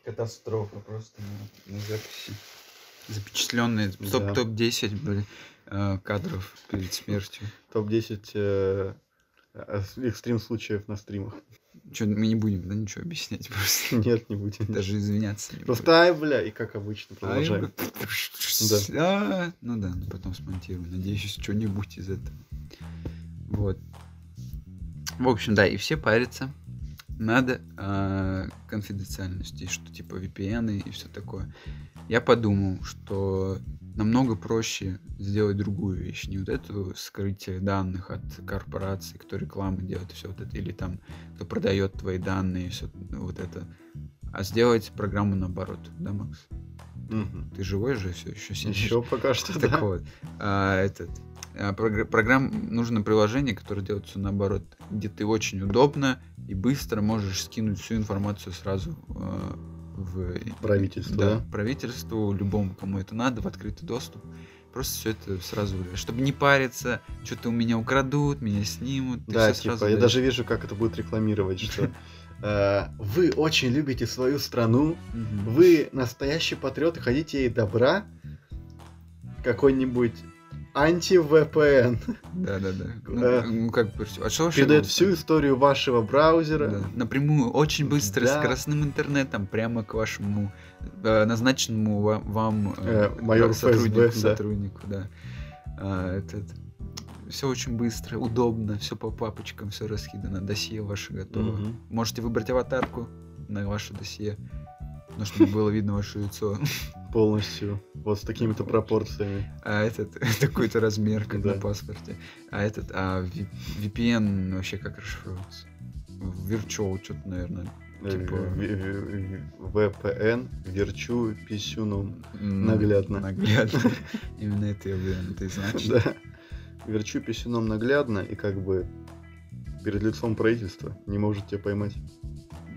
Speaker 3: Катастрофа просто на, записи. Запечатленные топ,
Speaker 4: ну, Да.
Speaker 3: топ-10 блин, э, кадров перед смертью.
Speaker 4: Топ-10 э, э, экстрим случаев на стримах. [laughs]
Speaker 3: Че, мы не будем, да, ничего объяснять [laughs] просто.
Speaker 4: Нет, не будем.
Speaker 3: Даже извиняться не
Speaker 4: Просто, ай, бля, и как обычно, продолжаем.
Speaker 3: будем. Да. Ну да, ну потом смонтирую. Надеюсь, еще что-нибудь из этого. Вот. В общем, да, и все парятся. Надо э, конфиденциальности, что типа VPN и все такое. Я подумал, что намного проще сделать другую вещь, не вот это скрытие данных от корпораций, кто рекламу делает, все вот это, или там кто продает твои данные, все вот это, а сделать программу наоборот, да, Макс?
Speaker 4: Мгм.
Speaker 3: Ты живой же все еще сидишь? [laughs]
Speaker 4: Еще пока что,
Speaker 3: Так
Speaker 4: да.
Speaker 3: вот, а, этот, а, прогр- программ, нужно приложение, которое делает все наоборот, где ты очень удобно и быстро можешь скинуть всю информацию сразу э, в
Speaker 4: Правительство,
Speaker 3: да,
Speaker 4: да?
Speaker 3: правительству, любому, кому это надо, в открытый доступ. Просто все это сразу, чтобы не париться, что-то у меня украдут, меня снимут. ты
Speaker 4: Да,
Speaker 3: всё
Speaker 4: типа,
Speaker 3: сразу
Speaker 4: я
Speaker 3: даёшь.
Speaker 4: даже вижу, как это будет рекламировать,
Speaker 3: [laughs]
Speaker 4: что э, вы очень любите свою страну,
Speaker 3: Мгм.
Speaker 4: вы настоящий патриот и хотите ей добра, какой-нибудь анти-ВПН
Speaker 3: Да-да-да. Ну,
Speaker 4: Э,
Speaker 3: ну, как бы всё. А что вообще
Speaker 4: передает
Speaker 3: было?
Speaker 4: всю историю вашего браузера.
Speaker 3: Да, Напрямую, очень быстро,
Speaker 4: Да.
Speaker 3: скоростным интернетом, прямо к вашему э, назначенному ва- вам,
Speaker 4: Э, майору
Speaker 3: сотруднику,
Speaker 4: ФСБ, да.
Speaker 3: сотруднику, да. А, этот, все очень быстро, удобно, все по папочкам, все раскидано, досье ваше готово.
Speaker 4: Мгм.
Speaker 3: Можете выбрать аватарку на ваше досье, но чтобы было видно ваше лицо.
Speaker 4: Полностью. Вот с такими-то пропорциями.
Speaker 3: А этот [laughs] такой-то размер, как на
Speaker 4: Да.
Speaker 3: паспорте. А этот, а ви- VPN вообще как расшифровывается? Virtual что-то, наверное.
Speaker 4: Э,
Speaker 3: Типа-
Speaker 4: ви- ви- ви- ВПН, Верчу, Писюном. [laughs]
Speaker 3: М,
Speaker 4: Ну, Наглядно.
Speaker 3: Наглядно. [laughs] Именно это я уверен, ты знаешь.
Speaker 4: Да. Верчу писюном наглядно и как бы перед лицом правительства не может тебя поймать.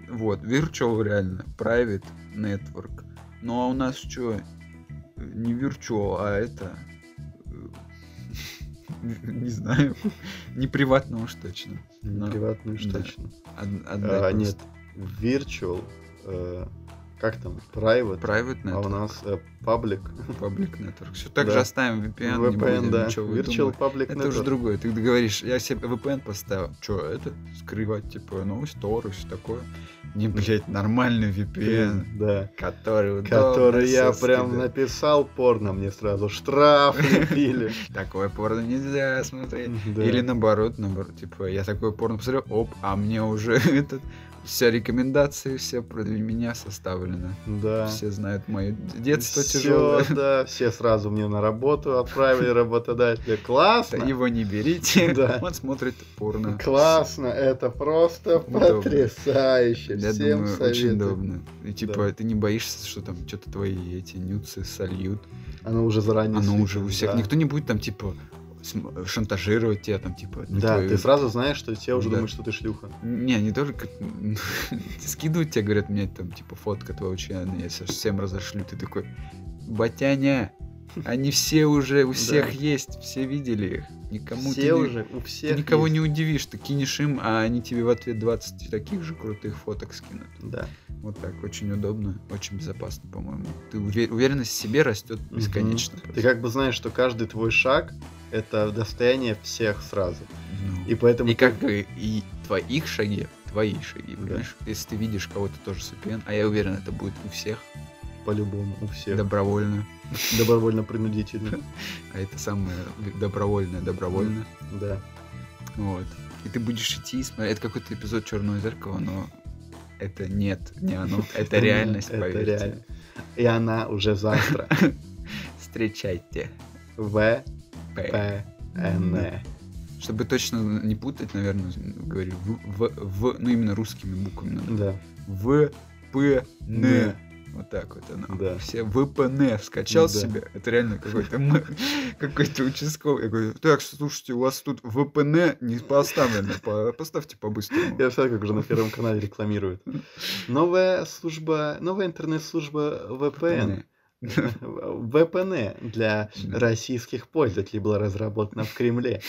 Speaker 3: Вот, virtual реально, private network. Ну а у нас что? Не virtual, а это... э, [laughs] Не знаю. Не приватно уж точно. Ну,
Speaker 4: Приватную
Speaker 3: да.
Speaker 4: штучно.
Speaker 3: Од- одна
Speaker 4: А,
Speaker 3: и
Speaker 4: Нет,
Speaker 3: просто.
Speaker 4: virtual, э, как там, private,
Speaker 3: Private
Speaker 4: а у
Speaker 3: network,
Speaker 4: нас э, public.
Speaker 3: public network. Все так
Speaker 4: Да.
Speaker 3: же оставим VPN, не
Speaker 4: VPN,
Speaker 3: будем
Speaker 4: да.
Speaker 3: ничего
Speaker 4: Virtual
Speaker 3: выдумывать.
Speaker 4: public
Speaker 3: Это уже
Speaker 4: network.
Speaker 3: другое. Ты говоришь, я себе VPN поставил. Че, это? Скрывать, типа, новость, Тору, все такое. Не, блядь, нормальный VPN.
Speaker 4: Блин, Да.
Speaker 3: Который удобно,
Speaker 4: Который я
Speaker 3: соски,
Speaker 4: прям
Speaker 3: да.
Speaker 4: написал порно, мне сразу штраф
Speaker 3: [laughs]
Speaker 4: лепили.
Speaker 3: Такое порно нельзя смотреть.
Speaker 4: Да.
Speaker 3: Или наоборот, наоборот, типа, я такое порно посмотрел, оп, а мне уже [laughs] этот, Все рекомендации, все про меня составлены.
Speaker 4: Да.
Speaker 3: Все знают мое детство
Speaker 4: Всё, [laughs]
Speaker 3: тяжелое.
Speaker 4: да, все сразу мне на
Speaker 3: [laughs]
Speaker 4: работу отправили работодателя. Классно.
Speaker 3: Его не берите.
Speaker 4: Да.
Speaker 3: Он смотрит порно.
Speaker 4: Классно, это просто
Speaker 3: Удобно.
Speaker 4: потрясающе.
Speaker 3: Я
Speaker 4: Всем
Speaker 3: думаю, очень
Speaker 4: советую.
Speaker 3: удобно. И типа,
Speaker 4: Да.
Speaker 3: ты не боишься, что там что-то твои эти нюцы сольют.
Speaker 4: Оно уже заранее.
Speaker 3: Оно уже у всех.
Speaker 4: да.
Speaker 3: Никто не будет там, типа, см- шантажировать тебя, там, типа, не
Speaker 4: Да,
Speaker 3: твою-
Speaker 4: ты сразу знаешь, что все уже
Speaker 3: Да.
Speaker 4: думают, что ты шлюха.
Speaker 3: Не, не только [laughs] скидывают тебе, говорят, мне там, типа, фотка твоего члена, я сейчас всем разошлю. Ты такой, батяня, они все уже, у всех есть, все видели их. Никому ты
Speaker 4: все
Speaker 3: не-
Speaker 4: уже, у
Speaker 3: ты
Speaker 4: всех
Speaker 3: никого
Speaker 4: есть.
Speaker 3: не удивишь, ты кинешь им, а они тебе в ответ 20 таких же крутых фоток скинут.
Speaker 4: Да.
Speaker 3: Вот так, очень удобно, очень безопасно, по-моему. Ты уве- уверенность в себе растет бесконечно.
Speaker 4: Ты
Speaker 3: просто.
Speaker 4: как бы знаешь, что каждый твой шаг это достояние всех сразу.
Speaker 3: Ну.
Speaker 4: И поэтому
Speaker 3: И как бы и твоих шаги, твои шаги, понимаешь? Если ты видишь кого-то тоже с VPN, а я уверен, это будет у всех
Speaker 4: по-любому у всех
Speaker 3: добровольно.
Speaker 4: [laughs]
Speaker 3: [laughs]
Speaker 4: добровольно принудительно.
Speaker 3: А это самое добровольное, добровольно.
Speaker 4: Да.
Speaker 3: Вот. И ты будешь идти и смотреть. Это какой-то эпизод Черного зеркала, но это нет, не оно. Это реальность,
Speaker 4: [laughs] Это
Speaker 3: поверьте.
Speaker 4: реально. И она уже завтра.
Speaker 3: [laughs] Встречайте.
Speaker 4: В
Speaker 3: П.
Speaker 4: П Н. Э.
Speaker 3: Чтобы точно не путать, наверное, говорю, в, в, в- ну именно русскими буквами надо.
Speaker 4: Да.
Speaker 3: В, П, Н.
Speaker 4: Н.
Speaker 3: Вот так вот оно.
Speaker 4: Да.
Speaker 3: Все ВПН скачал
Speaker 4: Да.
Speaker 3: себе. Это реально какой-то м- [laughs] какой-то участковый. Я говорю, так, слушайте, у вас тут ВПН не поставлено. по- Поставьте по-быстрому.
Speaker 4: Я все как уже на первом
Speaker 3: [laughs]
Speaker 4: канале рекламирует. Новая служба, новая интернет-служба VPN. VPN для
Speaker 3: Да.
Speaker 4: российских пользователей была разработана в Кремле.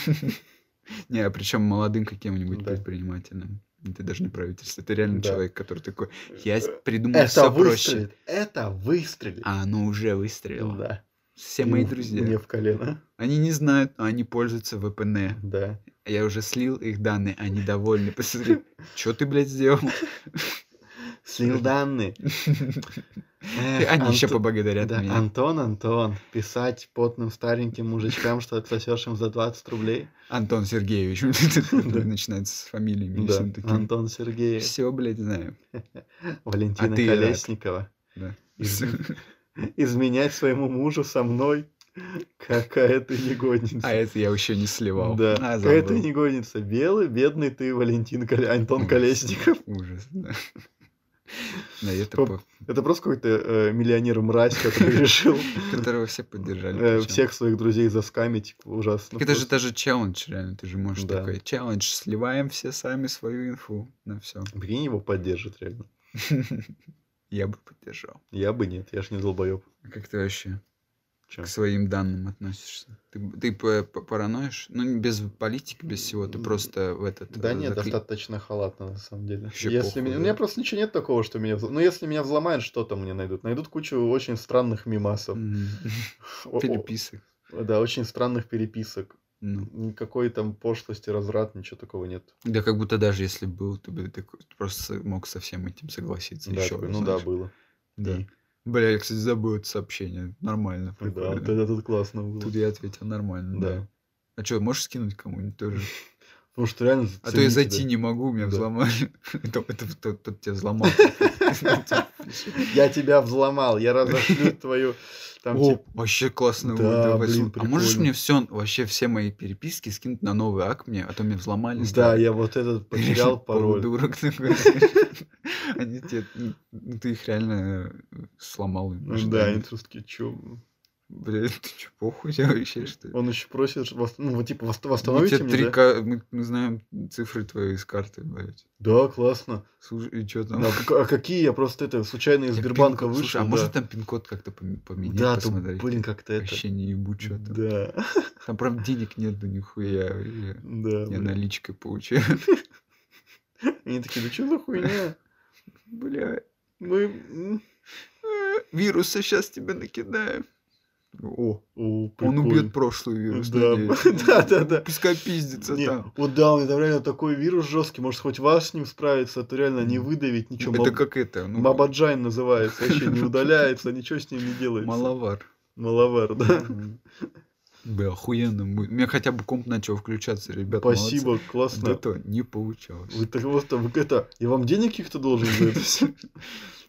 Speaker 3: Не, а причем молодым каким-нибудь
Speaker 4: Да.
Speaker 3: предпринимателем. Это даже не правительство. Это реально
Speaker 4: Да.
Speaker 3: человек, который такой, я с- придумал
Speaker 4: Это
Speaker 3: все проще.
Speaker 4: выстрелит. Это выстрелит.
Speaker 3: А оно уже выстрелило.
Speaker 4: Да.
Speaker 3: Все
Speaker 4: Ему
Speaker 3: мои
Speaker 4: в-
Speaker 3: друзья.
Speaker 4: Мне в колено.
Speaker 3: Они не знают, но они пользуются ВПН.
Speaker 4: Да.
Speaker 3: Я уже слил их данные, они довольны. Посмотри, что ты, блядь, сделал?
Speaker 4: Слил данные.
Speaker 3: И
Speaker 4: Эх,
Speaker 3: [laughs] Они еще
Speaker 4: Анто-
Speaker 3: поблагодарят
Speaker 4: Да,
Speaker 3: меня.
Speaker 4: Антон, Антон, писать потным стареньким мужичкам, что отсосешь им за 20 рублей.
Speaker 3: Антон Сергеевич. [laughs]
Speaker 4: Да.
Speaker 3: Начинается с фамилиями. и
Speaker 4: Да,
Speaker 3: всем таким.
Speaker 4: Антон Сергеев,
Speaker 3: Все, блядь, знаю.
Speaker 4: Валентина
Speaker 3: А ты,
Speaker 4: Колесникова.
Speaker 3: Да. [laughs]
Speaker 4: Из- Изменять своему мужу со мной. Какая ты негодница.
Speaker 3: А это я еще не сливал.
Speaker 4: Да,
Speaker 3: А,
Speaker 4: какая ты
Speaker 3: забыл.
Speaker 4: негодница. Белый, бедный ты, Валентин Коле- Антон
Speaker 3: Ужас. [laughs]
Speaker 4: Колесников.
Speaker 3: Ужас,
Speaker 4: [laughs]
Speaker 3: да. Да, и это
Speaker 4: Поп-
Speaker 3: по-
Speaker 4: Это просто какой-то э, миллионер-мразь, который решил
Speaker 3: [laughs] которого все поддержали.
Speaker 4: э,
Speaker 3: причем.
Speaker 4: всех своих друзей заскамить. Ужасно.
Speaker 3: Так это же
Speaker 4: просто.
Speaker 3: даже челлендж, реально, ты же можешь
Speaker 4: Да.
Speaker 3: такой челлендж, сливаем все сами свою инфу на все.
Speaker 4: Прикинь, его поддержит реально.
Speaker 3: [laughs] Я бы поддержал.
Speaker 4: Я бы нет, я ж не долбоеб.
Speaker 3: А Как ты вообще
Speaker 4: Чё?
Speaker 3: к своим данным относишься? Ты, ты п- п- параноишь? Ну, не без политики, без всего, ты
Speaker 4: М,
Speaker 3: просто в этот...
Speaker 4: Да
Speaker 3: э,
Speaker 4: нет,
Speaker 3: закли-
Speaker 4: достаточно халатно, на самом деле.
Speaker 3: Вообще
Speaker 4: если
Speaker 3: похуй,
Speaker 4: меня...
Speaker 3: да.
Speaker 4: У меня просто ничего нет такого, что меня... взло- Ну, если меня взломают, что-то мне найдут. Найдут кучу очень странных мимасов.
Speaker 3: М,
Speaker 4: О- о-
Speaker 3: Переписок.
Speaker 4: Да, очень странных переписок.
Speaker 3: Ну.
Speaker 4: Никакой там пошлости, разврат, ничего такого нет.
Speaker 3: Да как будто даже если был, ты бы такой, просто со- мог со всем этим согласиться
Speaker 4: Да,
Speaker 3: еще
Speaker 4: такой,
Speaker 3: раз,
Speaker 4: ну да, Ну
Speaker 3: знаешь.
Speaker 4: было.
Speaker 3: Да.
Speaker 4: И-
Speaker 3: Бля, я, кстати, забыл это сообщение. Нормально,
Speaker 4: Да,
Speaker 3: прикольно.
Speaker 4: вот это тут классно было.
Speaker 3: Тут я ответил нормально, да.
Speaker 4: Да.
Speaker 3: А что, можешь скинуть кому-нибудь тоже?
Speaker 4: Потому что реально
Speaker 3: А то я
Speaker 4: заценить
Speaker 3: зайти
Speaker 4: тебя. [laughs]
Speaker 3: не могу, меня
Speaker 4: Да.
Speaker 3: взломали. [laughs] Это- это Тот тот тебя взломал.
Speaker 4: [laughs] Я тебя взломал,
Speaker 3: [laughs]
Speaker 4: я разошлю твою... Там, типа,
Speaker 3: О,
Speaker 4: тип-
Speaker 3: вообще классно.
Speaker 4: Да,
Speaker 3: вот, давай,
Speaker 4: блин,
Speaker 3: слу- а можешь
Speaker 4: прикольно.
Speaker 3: мне все, вообще все мои переписки скинуть на новый акт мне, а то меня взломали.
Speaker 4: Да,
Speaker 3: [laughs] старый.
Speaker 4: я вот этот потерял пароль.
Speaker 3: Полудурок такой. [laughs] знаешь. Они тебе... ну, Ты их реально э, сломал. им
Speaker 4: Ну Да,
Speaker 3: ожидания.
Speaker 4: они просто такие, чё?
Speaker 3: Бля, [laughs] ты че, похуй тебе вообще, что ли?
Speaker 4: Он еще просит, что вос- ну, вот, типа, вос-
Speaker 3: Мы,
Speaker 4: восстановите
Speaker 3: тебе
Speaker 4: мне,
Speaker 3: три
Speaker 4: да?
Speaker 3: ка- мы, мы знаем цифры твои из карты, блядь.
Speaker 4: Да, классно.
Speaker 3: Слушай, и что там?
Speaker 4: А как- а какие? Я просто это, случайно из
Speaker 3: Я
Speaker 4: Сбербанка
Speaker 3: пин-код-
Speaker 4: вышел.
Speaker 3: Слушай, а
Speaker 4: да.
Speaker 3: может там пин-код как-то пом- поменять,
Speaker 4: Да, тут,
Speaker 3: посмотреть?
Speaker 4: блин, как-то это...
Speaker 3: Вообще не ебу что там.
Speaker 4: Да, [laughs]
Speaker 3: Там, правда, денег нету нихуя. Я,
Speaker 4: да.
Speaker 3: я
Speaker 4: блин.
Speaker 3: наличкой получаю. [laughs]
Speaker 4: Они такие, да что за хуйня?
Speaker 3: Бля,
Speaker 4: Мы... м,
Speaker 3: э, вирусы сейчас тебе накидаем. О,
Speaker 4: о,
Speaker 3: он
Speaker 4: прикольно.
Speaker 3: убьет прошлый вирус,
Speaker 4: Да, [laughs]
Speaker 3: надеюсь.
Speaker 4: да, да, да.
Speaker 3: Пускай пиздится
Speaker 4: Не,
Speaker 3: там.
Speaker 4: Вот да, у меня там реально такой вирус жесткий, может хоть вас с ним справиться, а то реально не выдавить ничего.
Speaker 3: Это
Speaker 4: Маб-
Speaker 3: как это, ну, [laughs]
Speaker 4: Мабаджайн называется, вообще не удаляется, ничего с ним не делается.
Speaker 3: маловар.
Speaker 4: Маловар, да.
Speaker 3: Мгм. бы охуенно. Мы- У меня хотя бы комп начал включаться, [laughs] ребят.
Speaker 4: Спасибо,
Speaker 3: молодцы.
Speaker 4: классно.
Speaker 3: До этого не получалось.
Speaker 4: Вы так вот, вы это, я вам денег каких-то должен за
Speaker 3: [laughs]
Speaker 4: это все?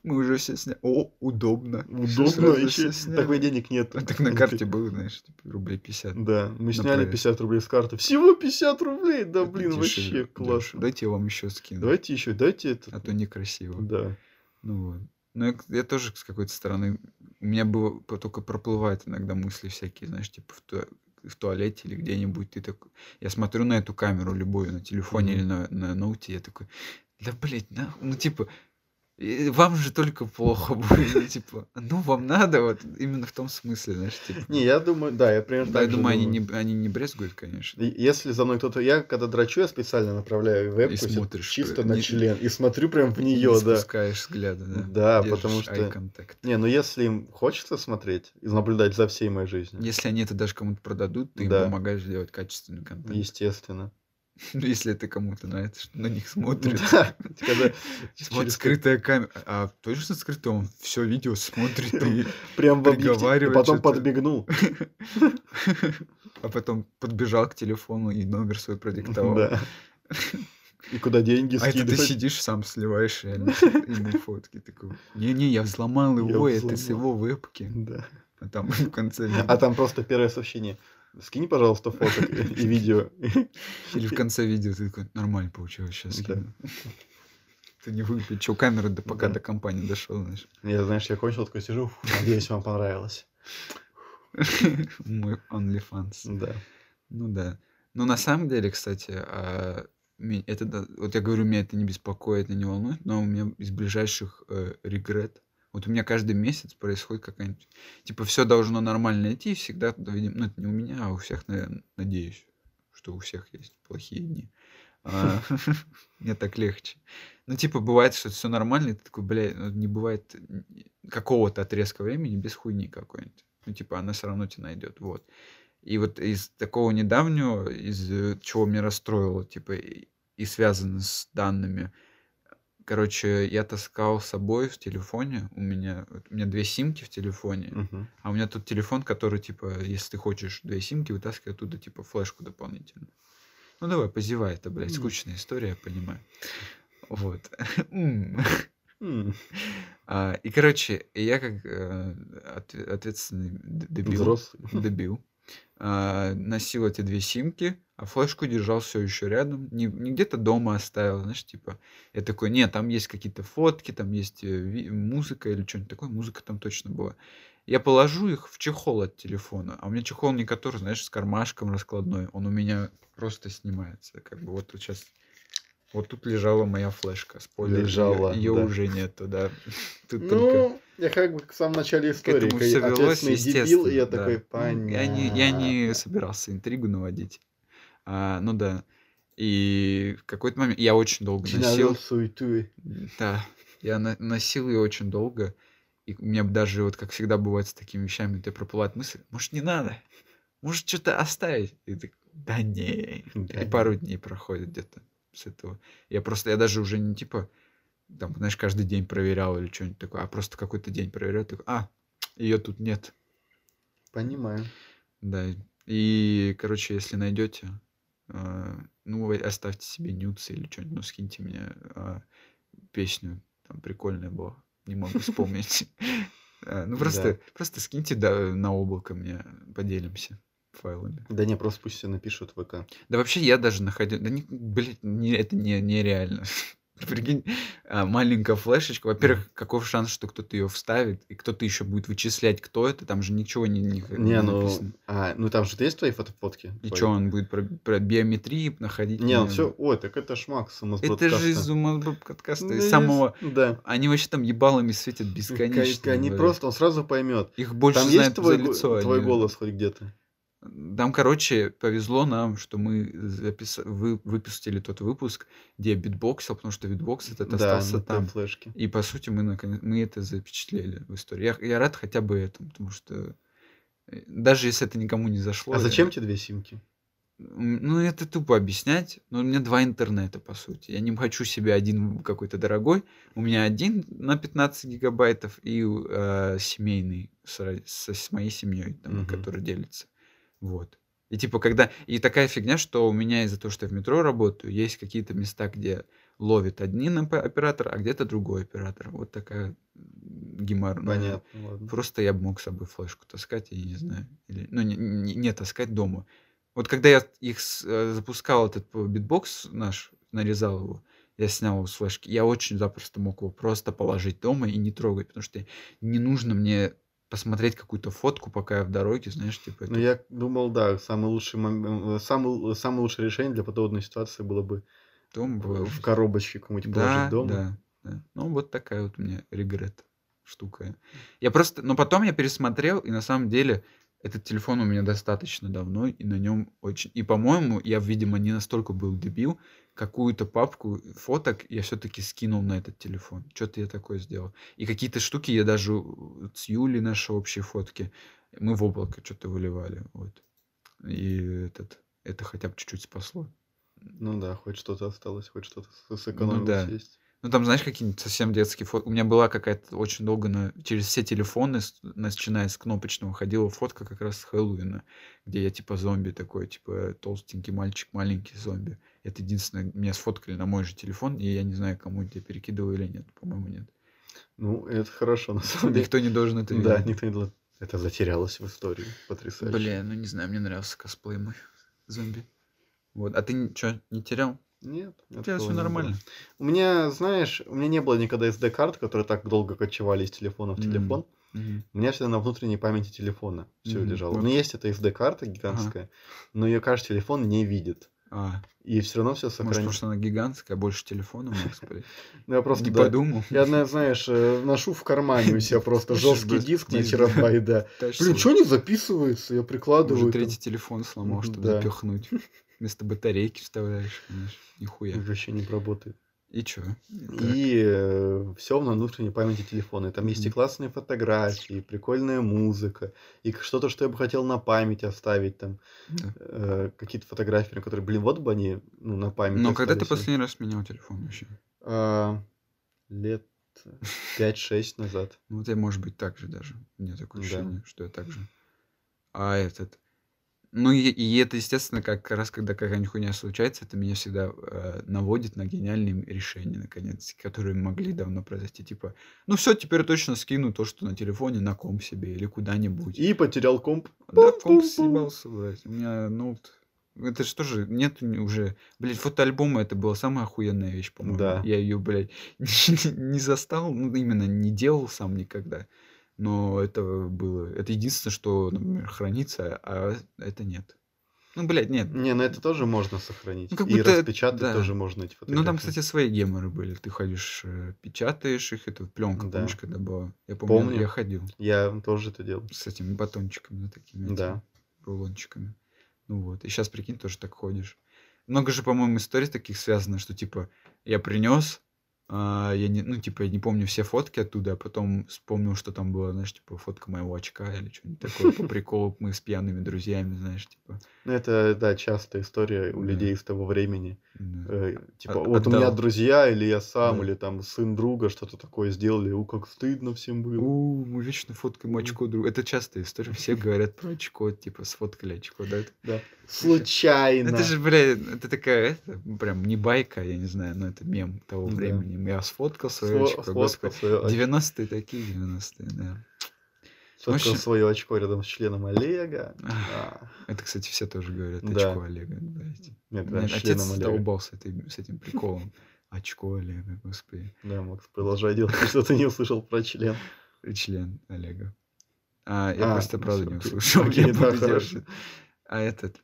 Speaker 3: Мы уже все сняли. О, удобно.
Speaker 4: Удобно,
Speaker 3: Сразу
Speaker 4: и
Speaker 3: все
Speaker 4: че?
Speaker 3: сняли. А
Speaker 4: так у меня денег нет.
Speaker 3: [laughs] Так на
Speaker 4: [laughs]
Speaker 3: карте было, знаешь, типа, рублей 50.
Speaker 4: Да, мы
Speaker 3: На
Speaker 4: сняли
Speaker 3: проезд.
Speaker 4: 50 рублей с карты. Всего 50 рублей, да
Speaker 3: Это
Speaker 4: блин,
Speaker 3: дешевле,
Speaker 4: вообще
Speaker 3: да.
Speaker 4: классно.
Speaker 3: Дайте я вам еще скину.
Speaker 4: Давайте еще, дайте
Speaker 3: А
Speaker 4: это.
Speaker 3: то некрасиво.
Speaker 4: Да.
Speaker 3: Ну вот. Ну, я, я тоже с какой-то стороны... У меня было по- только проплывают иногда мысли всякие, знаешь, типа в, туа- в туалете или где-нибудь. Ты такой... Я смотрю на эту камеру любую, на телефоне
Speaker 4: Мгм.
Speaker 3: или на, на ноуте, я такой, да, блядь, на... ну, типа, э, вам же только плохо [laughs] будет, Ну, типа, ну, вам надо, вот, именно в том смысле, знаешь, типа.
Speaker 4: Не, я думаю, да, я примерно
Speaker 3: Да, я
Speaker 4: так же
Speaker 3: думаю, они не, они не брезгуют, конечно.
Speaker 4: И Если за мной кто-то... Я когда драчу, я специально направляю вебку
Speaker 3: И
Speaker 4: се-
Speaker 3: смотришь,
Speaker 4: чисто
Speaker 3: э,
Speaker 4: на
Speaker 3: не-
Speaker 4: член. И смотрю прям в
Speaker 3: Не
Speaker 4: нее, да.
Speaker 3: спускаешь взгляда, да.
Speaker 4: Да,
Speaker 3: Держишь
Speaker 4: потому что-
Speaker 3: eye contact.
Speaker 4: Не, ну если им хочется смотреть и наблюдать за всей моей жизнью,
Speaker 3: Если они это даже кому-то продадут, ты им
Speaker 4: Да.
Speaker 3: помогаешь сделать качественный контент. [laughs]
Speaker 4: естественно.
Speaker 3: Ну, если это кому-то нравится, что на них смотрят.
Speaker 4: Ну Да, когда
Speaker 3: [laughs] Вот
Speaker 4: через-
Speaker 3: скрытая камера. А точно скрытая? Он все видео
Speaker 4: [laughs]
Speaker 3: смотрит
Speaker 4: Ну
Speaker 3: и...
Speaker 4: прям в объектив, и
Speaker 3: приговаривает
Speaker 4: потом
Speaker 3: что-то. [laughs]
Speaker 4: подбегнул.
Speaker 3: А потом подбежал к телефону и номер свой продиктовал.
Speaker 4: Ну Да. И куда деньги
Speaker 3: [laughs] А это ты
Speaker 4: скидывать.
Speaker 3: сидишь, сам сливаешь реально ему фотки. Такой, не-не, я взломал
Speaker 4: Я
Speaker 3: его, это с
Speaker 4: взломал».
Speaker 3: его вебки.
Speaker 4: Да.
Speaker 3: А
Speaker 4: [laughs]
Speaker 3: там в конце
Speaker 4: А
Speaker 3: видео.
Speaker 4: там просто первое сообщение. Скинь, пожалуйста,
Speaker 3: [laughs]
Speaker 4: фоток и видео. [laughs]
Speaker 3: Или в конце видео ты такой, нормально получилось, сейчас
Speaker 4: Да.
Speaker 3: скину. [laughs] Ты не выпил, что камера до- пока
Speaker 4: Да.
Speaker 3: до компании дошел,
Speaker 4: [laughs]
Speaker 3: знаешь.
Speaker 4: Я, знаешь, я кончил, такой сижу, «Фу, надеюсь, вам понравилось.
Speaker 3: Мой OnlyFans.
Speaker 4: Да.
Speaker 3: Ну да. Но на самом деле, кстати, а, ми- это да- вот я говорю, меня это не беспокоит и не волнует, но у меня из ближайших э, регрет. Вот у меня каждый месяц происходит какая-нибудь... Типа, все должно нормально идти, и всегда, туда, видим- ну, это не у меня, а у всех, наверное, надеюсь, что у всех есть плохие дни. А, Мне так легче. Ну, типа, бывает, что все нормально, и ты такой, бля, ну, не бывает н- какого-то отрезка времени без хуйни какой-нибудь. Ну, типа, она все равно тебя найдет. Вот. И вот из такого недавнего, из э, чего меня расстроило, типа, и, и связано с данными. Короче, я таскал с собой в телефоне, у меня, вот у меня две симки в телефоне,
Speaker 4: Мгм.
Speaker 3: а у меня тут телефон, который, типа, если ты хочешь две симки, вытаскивай оттуда, типа, флешку дополнительно. Ну давай, позевай, это, блядь,
Speaker 4: М.
Speaker 3: скучная история, я понимаю. Вот. [laughs] М.
Speaker 4: М,
Speaker 3: А, И, короче, я как э, отве- ответственный д- дебил
Speaker 4: Взрослый.
Speaker 3: добил. А, носил эти две симки, а флешку держал все еще рядом. Не, не где-то дома оставил, знаешь, типа. Я такой, нет, там есть какие-то фотки, там есть э, ви- музыка или что-нибудь такое. Музыка там точно была. Я положу их в чехол от телефона. А у меня чехол не который, знаешь, с кармашком раскладной. Он у меня просто снимается. Как бы вот тут сейчас... Вот тут лежала моя флешка. Спойлер.
Speaker 4: Лежала,
Speaker 3: Ее
Speaker 4: да.
Speaker 3: уже нету, да. [laughs] Тут только-
Speaker 4: Ну, я как бы в самом начале
Speaker 3: к этому
Speaker 4: истории.
Speaker 3: всё
Speaker 4: ка-
Speaker 3: велось,
Speaker 4: Ответственный дебил, и я
Speaker 3: естественно,
Speaker 4: такой,
Speaker 3: да. Ну,
Speaker 4: понятно.
Speaker 3: Я не, я не собирался интригу наводить. А, ну да. И в какой-то момент я очень долго
Speaker 4: Навел
Speaker 3: носил.
Speaker 4: суету.
Speaker 3: Да, я на- носил ее очень долго. И у меня даже, вот как всегда бывает с такими вещами, ты проплывает мысль, может, не надо? Может, что-то оставить? И ты, да не.
Speaker 4: Да
Speaker 3: И
Speaker 4: не.
Speaker 3: пару дней проходит где-то с этого. Я просто, я даже уже не типа, там, знаешь, каждый день проверял или что-нибудь такое, а просто какой-то день проверял, такой, а, ее тут нет.
Speaker 4: Понимаю.
Speaker 3: Да. И, короче, если найдете, ну, вы оставьте себе нюцы или что-нибудь, ну, скиньте мне а, песню. Там прикольная была. Не могу вспомнить. [laughs] А, Ну, просто, просто скиньте да, на облако мне, поделимся файлами.
Speaker 4: Да не, просто пусть все напишут в ВК.
Speaker 3: Да вообще я даже находил... Да, не, блин, не- это не, нереально. [laughs] Прикинь, а, маленькая флешечка. Во-первых, каков шанс, что кто-то ее вставит, и кто-то еще будет вычислять, кто это, там же ничего не, не,
Speaker 4: Не, ну...
Speaker 3: написано.
Speaker 4: А, ну там же есть твои фото- фотки?
Speaker 3: И
Speaker 4: Твои?
Speaker 3: что, он будет про, про биометрии находить?
Speaker 4: Не, ну
Speaker 3: меня?
Speaker 4: все, ой, так это ж Максим из
Speaker 3: Это же из
Speaker 4: подкаста.
Speaker 3: ума подкаста,
Speaker 4: Да,
Speaker 3: из самого...
Speaker 4: Да.
Speaker 3: Они вообще там ебалами светят бесконечно.
Speaker 4: Они
Speaker 3: блядь.
Speaker 4: просто, он сразу поймет.
Speaker 3: Их больше
Speaker 4: Там
Speaker 3: знают
Speaker 4: есть твой,
Speaker 3: за
Speaker 4: го-
Speaker 3: лицо. а
Speaker 4: твой
Speaker 3: они-
Speaker 4: голос хоть где-то?
Speaker 3: Там, короче, повезло нам, что мы запис... вы... выпустили тот выпуск, где я битбоксил, потому что битбокс этот
Speaker 4: да, ну,
Speaker 3: остался
Speaker 4: на той
Speaker 3: там.
Speaker 4: флешке.
Speaker 3: И, по сути, мы, наконец... мы это запечатлели в истории. Я... я рад хотя бы этому, потому что э, даже если это никому не зашло...
Speaker 4: А
Speaker 3: я-
Speaker 4: зачем тебе две симки?
Speaker 3: М, Ну, это тупо объяснять, но у меня два интернета, по сути. Я не хочу себе один какой-то дорогой. У меня один на 15 гигабайтов и э, семейный с, ро- со- с моей семьей, там,
Speaker 4: Мгм.
Speaker 3: который делится. Вот. И типа, когда... И такая фигня, что у меня из-за того, что я в метро работаю, есть какие-то места, где ловит один оп- оператор, а где-то другой оператор. Вот такая геморрой. ну,
Speaker 4: Понятно, ладно.
Speaker 3: Просто я бы мог с собой флешку таскать, я не знаю. Или, ну, не, не- не таскать дома. Вот когда я их с- э, запускал, этот э, битбокс наш, нарезал его, я снял его с флешки, я очень запросто мог его просто положить дома и не трогать, потому что не нужно мне посмотреть какую-то фотку, пока я в дороге, знаешь, типа... это-
Speaker 4: Ну, я думал, да, самый лучший мом- э, самый, л- самое лучшее решение для подобной ситуации было бы
Speaker 3: Дома
Speaker 4: в, в
Speaker 3: бывает.
Speaker 4: коробочке какую-нибудь
Speaker 3: Да,
Speaker 4: положить дома.
Speaker 3: да, да. Ну, вот такая вот у меня регрет штука. Я просто... Но потом я пересмотрел, и на самом деле этот телефон у меня достаточно давно, и на нем очень... И, по-моему, я, видимо, не настолько был дебил, какую-то папку фоток я все-таки скинул на этот телефон. Что-то я такое сделал. И какие-то штуки я даже у- с Юлей наши общие фотки, мы в облако что-то выливали. Вот. И этот, это хотя бы чуть-чуть спасло.
Speaker 4: Ну да, хоть что-то осталось, хоть что-то с- сэкономилось
Speaker 3: да.
Speaker 4: есть.
Speaker 3: Ну, там, знаешь, какие-нибудь совсем детские фотки. У меня была какая-то очень долго на... через все телефоны, с- начиная с кнопочного, ходила фотка как раз с Хэллоуина, где я типа зомби такой, типа толстенький мальчик, маленький зомби. Это единственное, меня сфоткали на мой же телефон, и я не знаю, кому я перекидывал или нет. По-моему,
Speaker 4: [laughs]
Speaker 3: нет.
Speaker 4: Ну, это хорошо, на самом деле.
Speaker 3: Никто не должен это
Speaker 4: Да,
Speaker 3: видеть.
Speaker 4: никто не дал- Это затерялось в истории. Потрясающе.
Speaker 3: Бля, ну не знаю, мне нравился косплей мой [laughs] зомби. Вот. А ты что, не терял?
Speaker 4: Нет,
Speaker 3: У
Speaker 4: Ну, такого
Speaker 3: тебя все
Speaker 4: не было.
Speaker 3: нормально.
Speaker 4: У меня, знаешь, у меня не было никогда SD-карт, которые так долго кочевали из телефона в
Speaker 3: М.
Speaker 4: телефон.
Speaker 3: Мгм.
Speaker 4: У меня всегда на внутренней памяти телефона все
Speaker 3: Мгм.
Speaker 4: лежало.
Speaker 3: Вот.
Speaker 4: У меня есть эта SD-карта гигантская, но ее, кажется, телефон не видит.
Speaker 3: А,
Speaker 4: И все равно все
Speaker 3: может, потому
Speaker 4: сохранилось.
Speaker 3: что она гигантская, больше телефона, господи.
Speaker 4: Ну, я просто
Speaker 3: Не
Speaker 4: да,
Speaker 3: подумал.
Speaker 4: Я, на- знаешь, э, ношу в кармане у себя
Speaker 3: [laughs]
Speaker 4: просто
Speaker 3: Слушай,
Speaker 4: жесткий
Speaker 3: господи,
Speaker 4: диск на
Speaker 3: диск,
Speaker 4: терабайт,
Speaker 3: [laughs]
Speaker 4: да.
Speaker 3: Тащишь
Speaker 4: Блин,
Speaker 3: его.
Speaker 4: что не записывается? Я прикладываю.
Speaker 3: Уже
Speaker 4: там.
Speaker 3: третий телефон сломал, чтобы
Speaker 4: Да.
Speaker 3: запихнуть.
Speaker 4: [laughs]
Speaker 3: Вместо батарейки вставляешь, понимаешь? Нихуя.
Speaker 4: Вообще не работает.
Speaker 3: И чё?
Speaker 4: И э, все на внутренней памяти телефона. И Там есть и
Speaker 3: Мгм.
Speaker 4: классные фотографии, и прикольная музыка, и к- что-то, что я бы хотел на память оставить там.
Speaker 3: Да.
Speaker 4: э, Какие-то фотографии, на которые, блин, вот бы они ну, на память
Speaker 3: Но когда ты
Speaker 4: остались.
Speaker 3: последний раз менял телефон вообще?
Speaker 4: А,
Speaker 3: [laughs]
Speaker 4: Лет 5-6 назад.
Speaker 3: Ну, вот я, может быть, так же даже. У меня такое
Speaker 4: Да.
Speaker 3: ощущение, что я так же. А этот... Ну, и, и это, естественно, как раз, когда какая-нибудь хуйня случается, это меня всегда э, наводит на гениальные м- решения, наконец, которые могли давно произойти. Типа, ну все, теперь точно скину то, что на телефоне, на ком себе или куда-нибудь.
Speaker 4: И потерял комп.
Speaker 3: Да,
Speaker 4: Пум-пум-пум.
Speaker 3: комп съебался, блядь. У меня ноут... Это же тоже нет у меня уже... Блядь, фотоальбомы это была самая охуенная вещь, по-моему.
Speaker 4: Да.
Speaker 3: Я ее, блядь, [laughs] не застал, ну, именно не делал сам никогда. Но это было... Это единственное, что, например, хранится, а это нет. Ну, блядь, нет.
Speaker 4: Не, на это тоже можно сохранить.
Speaker 3: Ну, как
Speaker 4: и
Speaker 3: будто-
Speaker 4: распечатать
Speaker 3: да.
Speaker 4: тоже можно эти фотографии.
Speaker 3: Ну, там, кстати, свои геморы были. Ты ходишь, э, печатаешь их, это пленка,
Speaker 4: Да.
Speaker 3: помнишь, когда была? Я помню,
Speaker 4: Помню.
Speaker 3: я ходил
Speaker 4: Я тоже это делал.
Speaker 3: с этими батончиками, ну, такими. этими.
Speaker 4: Да.
Speaker 3: рулончиками. Ну вот. И сейчас, прикинь, тоже так ходишь. Много же, по-моему, историй таких связано, что типа я принес, я не, ну, типа, я не помню все фотки оттуда, а потом вспомнил, что там было, знаешь, типа, фотка моего очка или что-нибудь такое, по приколу мы с пьяными друзьями, знаешь, типа.
Speaker 4: Ну, это, да, частая история у
Speaker 3: Да.
Speaker 4: людей из того времени.
Speaker 3: да.
Speaker 4: Э, Типа,
Speaker 3: От-
Speaker 4: вот у меня
Speaker 3: отдал.
Speaker 4: друзья, или я сам,
Speaker 3: Да.
Speaker 4: или там сын друга что-то такое сделали. У, как стыдно всем было.
Speaker 3: У, мы вечно
Speaker 4: Ну.
Speaker 3: фоткаем очко друг. Это частая история.
Speaker 4: [laughs]
Speaker 3: Все говорят про очко, типа, сфоткали очко, да? это-
Speaker 4: Случайно.
Speaker 3: Это же, бля, это такая, это прям не байка, я не знаю, но это мем того
Speaker 4: Да.
Speaker 3: времени. Я сфоткал свое
Speaker 4: Сфо-
Speaker 3: очко, господи.
Speaker 4: Сфоткал свое очко.
Speaker 3: 90-е такие, 90-е, да.
Speaker 4: Сфоткал
Speaker 3: Вообще.
Speaker 4: свое очко рядом с членом Олега.
Speaker 3: Ах,
Speaker 4: А,
Speaker 3: Это, кстати, все тоже говорят,
Speaker 4: Да.
Speaker 3: очко Олега. блядь.
Speaker 4: Нет,
Speaker 3: Блин,
Speaker 4: рядом с
Speaker 3: Отец
Speaker 4: членом Олега.
Speaker 3: задолбался этой- с этим приколом. Очко Олега, господи.
Speaker 4: Да, Макс, продолжай делать, [laughs] что ты не услышал про член.
Speaker 3: И Член Олега. А, я
Speaker 4: А,
Speaker 3: просто
Speaker 4: ну
Speaker 3: правда
Speaker 4: всё,
Speaker 3: не
Speaker 4: окей,
Speaker 3: услышал.
Speaker 4: окей,
Speaker 3: я
Speaker 4: да,
Speaker 3: буду
Speaker 4: хорошо.
Speaker 3: держать. А этот...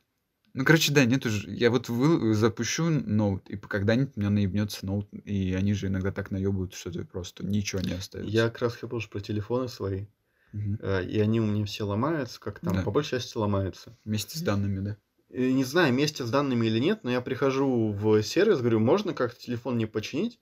Speaker 3: Ну, короче, да, нет уже. Я вот вы- запущу ноут, и по- когда-нибудь у меня наебнется ноут, и они же иногда так наебывают, что ты просто ничего не остается.
Speaker 4: Я как раз хотел уж про телефоны свои.
Speaker 3: Мгм.
Speaker 4: Э, И они у меня все ломаются, как там,
Speaker 3: Да.
Speaker 4: по большей части ломаются.
Speaker 3: Вместе с данными, да?
Speaker 4: И не знаю, вместе с данными или нет, но я прихожу в сервис, говорю, можно как-то телефон не починить,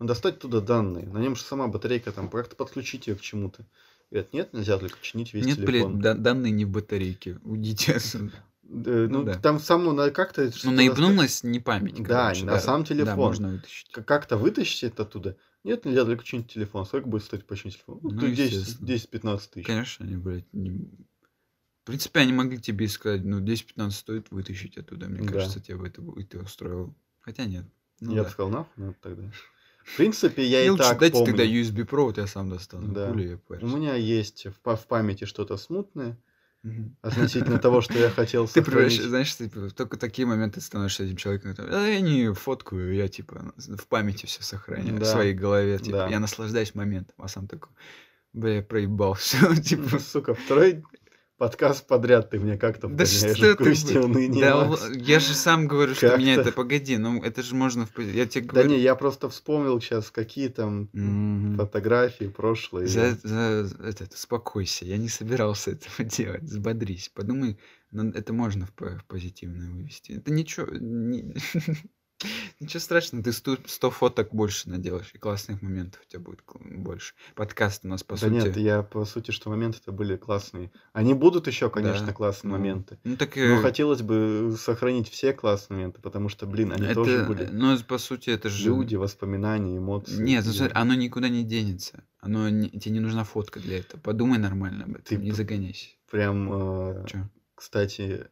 Speaker 4: но достать туда данные. На нем же сама батарейка там, как-то подключить ее к чему-то. Говорят, нет, нельзя только чинить весь
Speaker 3: Нет,
Speaker 4: телефон.
Speaker 3: блядь, да- данные не в батарейке. Уйдите отсюда.
Speaker 4: Э, ну,
Speaker 3: ну да.
Speaker 4: там сам, ну, на- как-то...
Speaker 3: Ну,
Speaker 4: что-то доста-
Speaker 3: наебнулась не память.
Speaker 4: Да,
Speaker 3: короче,
Speaker 4: на сам телефон.
Speaker 3: Да, можно вытащить.
Speaker 4: к- Как-то вытащить это оттуда. Нет, нельзя только чинить телефон. Сколько будет стоить починить телефон? Ну,
Speaker 3: Ну,
Speaker 4: тут 10
Speaker 3: естественно.
Speaker 4: 10-15 тысяч.
Speaker 3: Конечно, они, блядь, не- В принципе, они могли тебе и сказать, ну, 10-15 стоит вытащить оттуда. Мне
Speaker 4: Да.
Speaker 3: кажется, тебе бы это бы и ты устроил. Хотя нет. Ну,
Speaker 4: я
Speaker 3: да.
Speaker 4: бы сказал, нахуй надо
Speaker 3: [laughs]
Speaker 4: тогда. В принципе, я
Speaker 3: Мне
Speaker 4: и
Speaker 3: лучше
Speaker 4: так
Speaker 3: дайте
Speaker 4: помню.
Speaker 3: тогда USB провод, я сам достану.
Speaker 4: Да.
Speaker 3: Хули я
Speaker 4: У
Speaker 3: парюсь.
Speaker 4: меня есть в, па- в памяти что-то смутное
Speaker 3: Мгм.
Speaker 4: относительно того, что я хотел
Speaker 3: [laughs] Ты
Speaker 4: сохранить. [laughs]
Speaker 3: превращаешь, знаешь, ты п- только такие моменты становишься этим человеком. который, «Да я не фоткаю, я типа в памяти все сохраняю, в
Speaker 4: Да.
Speaker 3: своей голове. Типа,
Speaker 4: Да.
Speaker 3: Я наслаждаюсь моментом, а сам такой, бля, я проебался. [laughs] типа,
Speaker 4: Сука, второй подкаст подряд ты мне как-то
Speaker 3: да
Speaker 4: вгоняешь
Speaker 3: что ты,
Speaker 4: в грусть и
Speaker 3: блин?
Speaker 4: уныние,
Speaker 3: Да
Speaker 4: Макс.
Speaker 3: л- я же сам говорю, что меня
Speaker 4: Как-то.
Speaker 3: это, погоди, ну это же можно, в пози- я тебе
Speaker 4: Да
Speaker 3: говорю.
Speaker 4: не, я просто вспомнил сейчас, какие там
Speaker 3: Мгм.
Speaker 4: фотографии прошлые.
Speaker 3: За, за- этот, успокойся, я не собирался этого [laughs] делать, взбодрись, подумай, ну, это можно в, по- в позитивное вывести. Это ничего, не- [laughs] ничего страшного, ты 100, фоток больше наделаешь, и классных моментов у тебя будет кл- больше. Подкаст у нас, по
Speaker 4: да
Speaker 3: сути...
Speaker 4: нет, я по сути, что моменты это были классные. Они будут еще, конечно,
Speaker 3: Да,
Speaker 4: классные
Speaker 3: ну,
Speaker 4: моменты.
Speaker 3: Ну так...
Speaker 4: Но
Speaker 3: э,
Speaker 4: хотелось бы сохранить все классные моменты, потому что, блин, они
Speaker 3: это,
Speaker 4: тоже были.
Speaker 3: Ну, по сути, это же...
Speaker 4: Люди, воспоминания, эмоции.
Speaker 3: Нет, ну,
Speaker 4: И-
Speaker 3: смотри, оно никуда не денется. Оно не- тебе не нужна фотка для этого. Подумай нормально об этом,
Speaker 4: Ты
Speaker 3: не
Speaker 4: п-
Speaker 3: загоняйся.
Speaker 4: Прям, э,
Speaker 3: Чё?
Speaker 4: кстати,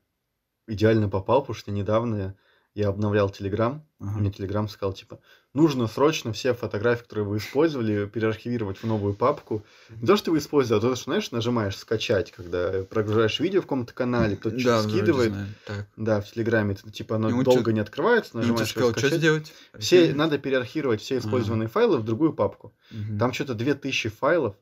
Speaker 4: идеально попал, потому что недавно я обновлял Телеграм,
Speaker 3: Ага.
Speaker 4: мне Телеграм сказал, типа, нужно срочно все фотографии, которые вы использовали, переархивировать в новую папку. Не то, что вы использовали, а то, что, знаешь, нажимаешь скачать, когда прогружаешь видео в каком-то канале, кто-то
Speaker 3: Да,
Speaker 4: что-то
Speaker 3: вроде
Speaker 4: скидывает.
Speaker 3: знаю. Так.
Speaker 4: Да, в Телеграме, это, типа,
Speaker 3: И
Speaker 4: оно
Speaker 3: он
Speaker 4: долго
Speaker 3: чё-
Speaker 4: не открывается,
Speaker 3: Ну, ты
Speaker 4: нажимаешь его
Speaker 3: сказал, что
Speaker 4: скачать.
Speaker 3: сделать?
Speaker 4: Все,
Speaker 3: Архивировать?
Speaker 4: надо переархировать все
Speaker 3: Ага.
Speaker 4: использованные файлы в другую папку.
Speaker 3: Мгм.
Speaker 4: Там что-то 2000 файлов.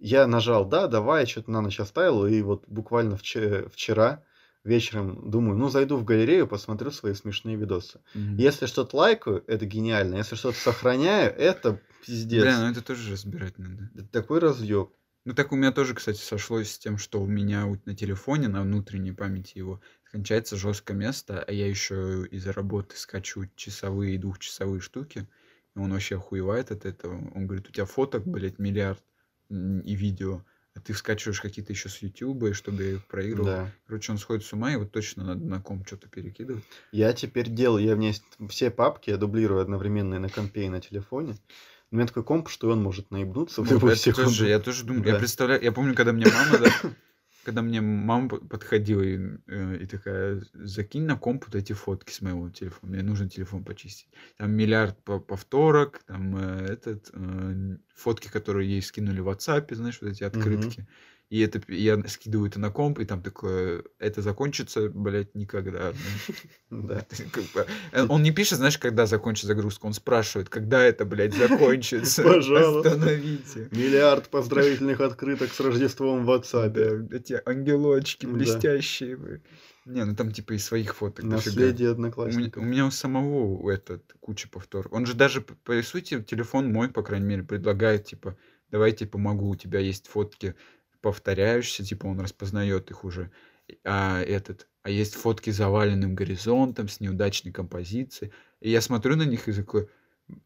Speaker 4: Я нажал, да, давай, что-то на ночь оставил, и вот буквально вче- вчера вечером думаю, ну, зайду в галерею, посмотрю свои смешные видосы.
Speaker 3: Мгм.
Speaker 4: Если что-то лайкаю, это гениально. Если что-то сохраняю, это пиздец.
Speaker 3: Бля, ну это тоже разбирать надо.
Speaker 4: Это такой разъеб.
Speaker 3: Ну так у меня тоже, кстати, сошлось с тем, что у меня вот на телефоне, на внутренней памяти его, кончается жесткое место, а я еще из-за работы скачу часовые и двухчасовые штуки. И он вообще охуевает от этого. Он говорит, у тебя фоток, блядь, миллиард м, и видео, а ты скачиваешь какие-то еще с Ютуба, и чтобы я их проигрывал.
Speaker 4: Да.
Speaker 3: Короче, он сходит с ума, и вот точно надо на ком что-то перекидывать.
Speaker 4: Я теперь делаю, я в ней с- все папки, я дублирую одновременно и на компе, и на телефоне. У меня такой комп, что и он может наебнуться в
Speaker 3: Ну,
Speaker 4: любую
Speaker 3: это
Speaker 4: секунду.
Speaker 3: тоже, я тоже думаю, я
Speaker 4: Да.
Speaker 3: представляю, я помню, когда мне мама, да, [coughs] когда мне мама п- подходила и, э, и такая, закинь на комп вот эти фотки с моего телефона, мне нужно телефон почистить. Там миллиард по- повторок, там э, этот, э, фотки, которые ей скинули в WhatsApp, знаешь, вот эти открытки. И это п- я скидываю это на комп, и там такое, это закончится, блядь, никогда. знаешь. [laughs]
Speaker 4: Да.
Speaker 3: Ты как бы- э, Он не пишет, знаешь, когда закончится загрузка, он спрашивает, когда это, блядь, закончится.
Speaker 4: [laughs] Пожалуйста.
Speaker 3: Остановите.
Speaker 4: Миллиард поздравительных открыток с Рождеством в WhatsApp.
Speaker 3: Да, эти ангелочки
Speaker 4: Да.
Speaker 3: блестящие. вы. Не, ну там типа и своих фоток дофига.
Speaker 4: Наследие
Speaker 3: У меня,
Speaker 4: одноклассников.
Speaker 3: у меня у самого у этот куча повторов. Он же даже, п- по сути, телефон мой, по крайней мере, предлагает, типа, давайте помогу, у тебя есть фотки повторяющиеся, типа, он распознает их уже. А этот, а есть фотки с заваленным горизонтом, с неудачной композицией. И я смотрю на них и такой,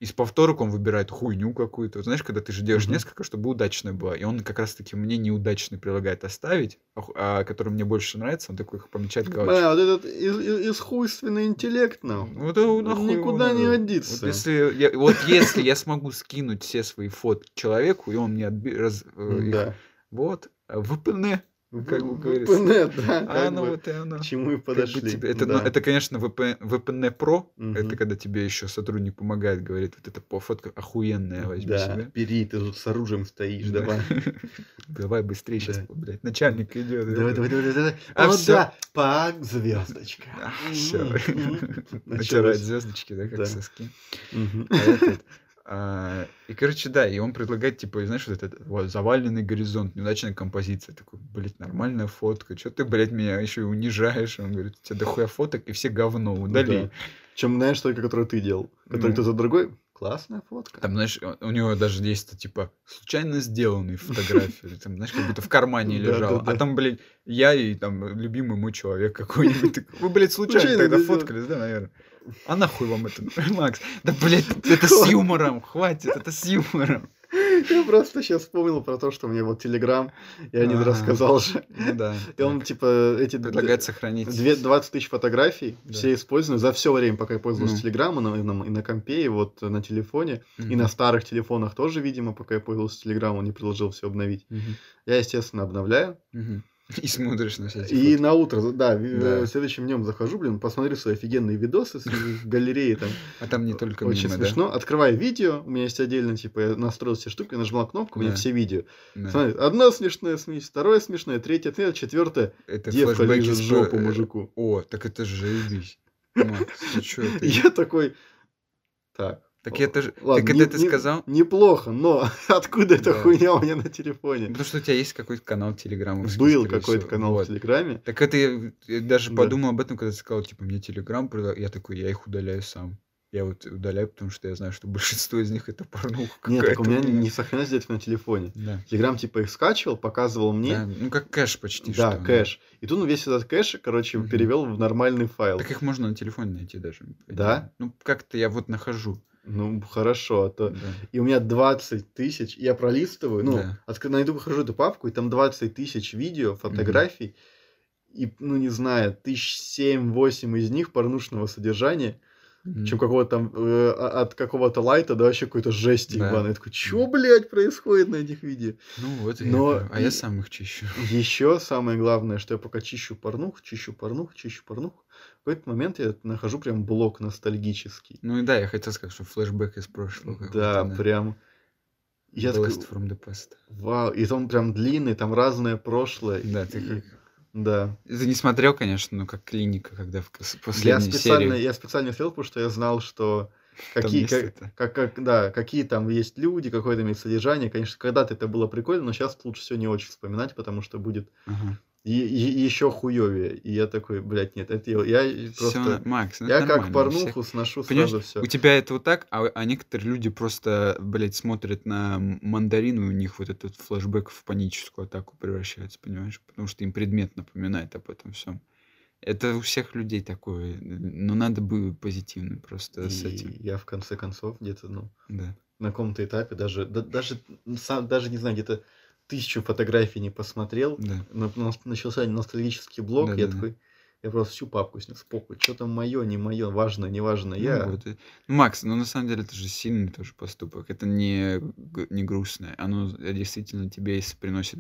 Speaker 3: из повторок он выбирает хуйню какую-то. Вот Знаешь, когда ты же делаешь
Speaker 4: Мгм.
Speaker 3: несколько, чтобы удачная была. И он как раз-таки мне неудачный предлагает оставить, а, ху- а который мне больше нравится, он такой их помечает галочкой.
Speaker 4: Бля, вот этот ис- ис- искусственный интеллект нам.
Speaker 3: Вот, э,
Speaker 4: Он
Speaker 3: нахуй его
Speaker 4: никуда не
Speaker 3: надо.
Speaker 4: годится.
Speaker 3: Вот если, я, вот если я смогу скинуть все свои фотки человеку, и он мне отби... раз- э, их-
Speaker 4: Да.
Speaker 3: Вот, а, ВПН, как бы
Speaker 4: В-
Speaker 3: говорится.
Speaker 4: VPN, [laughs] да,
Speaker 3: а
Speaker 4: как
Speaker 3: оно
Speaker 4: бы,
Speaker 3: вот и оно.
Speaker 4: К чему и
Speaker 3: Как бы
Speaker 4: подошли.
Speaker 3: тебе- это, ну,
Speaker 4: да.
Speaker 3: это, конечно, ВП, ВПН Про, это
Speaker 4: Мгм.
Speaker 3: когда тебе еще сотрудник помогает, говорит, вот эта по- фотка охуенная, возьми
Speaker 4: Да,
Speaker 3: себе.
Speaker 4: бери, ты тут с оружием стоишь,
Speaker 3: Да. [laughs]
Speaker 4: давай.
Speaker 3: Давай быстрее сейчас,
Speaker 4: Да.
Speaker 3: блядь, начальник идет.
Speaker 4: Давай, давай, давай, давай.
Speaker 3: А
Speaker 4: А вот
Speaker 3: всё.
Speaker 4: да, по звездочка.
Speaker 3: «А, Все. [laughs] Натирает звездочки, да, как
Speaker 4: Да.
Speaker 3: соски. А этот, а, И, короче, да, и он предлагает, типа, знаешь, вот этот вот, заваленный горизонт, неудачная композиция. Такой, блядь, нормальная фотка. Че ты, блядь, меня еще и унижаешь? Он говорит, у тебя дохуя фоток, и все говно,
Speaker 4: Ну
Speaker 3: удали.
Speaker 4: Чем, знаешь, только которую ты делал.
Speaker 3: Ну.
Speaker 4: Который кто-то другой. Классная фотка.
Speaker 3: Там, знаешь, он- у него даже есть, типа, случайно сделанные фотографии. Там, знаешь, как будто в кармане
Speaker 4: Да, да,
Speaker 3: лежало. А
Speaker 4: да.
Speaker 3: там, блядь, я и там любимый мой человек какой-нибудь. такой, Вы, блядь, случайно
Speaker 4: Случайно
Speaker 3: тогда
Speaker 4: сделал.
Speaker 3: фоткались, да, наверное? А нахуй вам это, [laughs] Макс? Да, блядь, это с юмором, хватит, это с юмором.
Speaker 4: [laughs] Я просто сейчас вспомнил про то, что мне вот Телеграм, я не
Speaker 3: А.
Speaker 4: рассказал же.
Speaker 3: Ну да.
Speaker 4: [laughs] И он,
Speaker 3: так.
Speaker 4: типа, эти... д-
Speaker 3: предлагает сохранить.
Speaker 4: Две- 20 тысяч фотографий,
Speaker 3: Да.
Speaker 4: все использованы за все время, пока я пользовался
Speaker 3: Ну.
Speaker 4: Телеграмом, и на, и на компе, и вот на телефоне,
Speaker 3: Мгм.
Speaker 4: и на старых телефонах тоже, видимо, пока я пользовался Телеграмом, он не предложил все обновить.
Speaker 3: Мгм.
Speaker 4: Я, естественно, обновляю.
Speaker 3: Мгм. [laughs] И смотришь на все эти
Speaker 4: И
Speaker 3: фотки.
Speaker 4: на утро, да, в- э,
Speaker 3: Да.
Speaker 4: следующим днем захожу, блин, посмотрю свои офигенные видосы с галереи там.
Speaker 3: А там не только
Speaker 4: Очень
Speaker 3: мимо, да?
Speaker 4: смешно. Открываю видео, у меня есть отдельно, типа, я настроил все штуки, нажимал кнопку, у меня
Speaker 3: Да.
Speaker 4: все видео.
Speaker 3: Да.
Speaker 4: Смотри, одна смешная смесь, второе смешное, третье, третье, четвертое.
Speaker 3: Это
Speaker 4: Девка
Speaker 3: флешбеки
Speaker 4: лежит
Speaker 3: с
Speaker 4: жопу
Speaker 3: пэ-
Speaker 4: мужику.
Speaker 3: О, так это же
Speaker 4: [laughs]
Speaker 3: заебись. Макс, ты чё, ты-
Speaker 4: И я такой, так,
Speaker 3: Так я тоже...
Speaker 4: ладно,
Speaker 3: так
Speaker 4: не-
Speaker 3: это ты
Speaker 4: не-
Speaker 3: сказал?
Speaker 4: неплохо, но [laughs] откуда эта
Speaker 3: Да.
Speaker 4: хуйня у меня на телефоне?
Speaker 3: Потому что у тебя есть какой-то канал Телеграма.
Speaker 4: Был какой-то канал в Телеграме.
Speaker 3: Так это я, я даже
Speaker 4: Да.
Speaker 3: подумал об этом, когда ты сказал, типа, мне Телеграм продал. Я такой, я их удаляю сам. Я вот удаляю, потому что я знаю, что [laughs] большинство из них это порнуха
Speaker 4: Нет, так у
Speaker 3: какая-то
Speaker 4: меня
Speaker 3: блин.
Speaker 4: не сохранялось где-то на телефоне.
Speaker 3: Да.
Speaker 4: Телеграм типа их скачивал, показывал
Speaker 3: Да,
Speaker 4: мне.
Speaker 3: ну как кэш почти
Speaker 4: Да,
Speaker 3: что, ну.
Speaker 4: кэш. И тут он весь этот кэш, короче,
Speaker 3: Мгм.
Speaker 4: перевел в нормальный файл.
Speaker 3: Так их можно на телефоне найти даже.
Speaker 4: Да?
Speaker 3: Ну как-то я вот нахожу.
Speaker 4: Ну, хорошо, а то...
Speaker 3: Да.
Speaker 4: И у меня 20 тысяч, я пролистываю, ну,
Speaker 3: Да.
Speaker 4: отк- найду, выхожу эту папку, и там 20 тысяч видео, фотографий, и, ну, не знаю, тысяч семь-восемь из них порнушного содержания,
Speaker 3: Мгм.
Speaker 4: чем какого-то там, э, а- от какого-то лайта до вообще какой-то жести
Speaker 3: Да.
Speaker 4: ебаной. Я такой, чё, блядь, происходит на этих видео?
Speaker 3: Ну вот, я
Speaker 4: Но
Speaker 3: говорю, а я
Speaker 4: и-
Speaker 3: сам их чищу.
Speaker 4: Еще самое главное, что я пока чищу порнух, чищу порнух, чищу порнух, в какой-то момент я нахожу прям блок ностальгический.
Speaker 3: Ну и да, я хотел сказать, что флешбэк из прошлого. какой-то,
Speaker 4: Да, прям... Я такой,
Speaker 3: Blast from the past.
Speaker 4: вау, и там прям длинный, там разное прошлое.
Speaker 3: Да, ты
Speaker 4: Э, И-
Speaker 3: как-
Speaker 4: Да.
Speaker 3: Ты не смотрел, конечно, но как клиника, когда в кос-
Speaker 4: Я
Speaker 3: последней
Speaker 4: специально,
Speaker 3: серии.
Speaker 4: я специально смотрел, потому что я знал, что
Speaker 3: Там
Speaker 4: какие,
Speaker 3: есть
Speaker 4: как,
Speaker 3: это.
Speaker 4: как, как- да, какие там есть люди, какое там есть содержание. Конечно, когда-то это было прикольно, но сейчас лучше все не очень вспоминать, потому что будет
Speaker 3: Ага.
Speaker 4: еще хуевее. И я такой, блядь, нет, это я, я
Speaker 3: Всё
Speaker 4: просто...
Speaker 3: на- Макс, ну это
Speaker 4: Я как
Speaker 3: нормально, у всех-
Speaker 4: порнуху сношу
Speaker 3: Понимаешь,
Speaker 4: сразу все.
Speaker 3: У тебя это вот так, а, а некоторые люди просто, блядь, смотрят на м- мандарин, и у них вот этот флешбэк в паническую атаку превращается, понимаешь? Потому что им предмет напоминает об этом всем. Это у всех людей такое. Но надо бы позитивно просто с этим.
Speaker 4: Я в конце концов где-то, ну,
Speaker 3: Да.
Speaker 4: на каком-то этапе даже, да- даже, сам, даже не знаю, где-то тысячу фотографий не посмотрел,
Speaker 3: Да.
Speaker 4: но- но начался ностальгический блок, я
Speaker 3: Да-да-да.
Speaker 4: такой, я просто всю папку снес, похуй, что там мое, не мое, важно, не важно,
Speaker 3: Ну
Speaker 4: А я...
Speaker 3: вот, э, ну, Макс, ну на самом деле это же сильный тоже поступок. Это не, г- не грустное. Оно действительно тебе, если приносит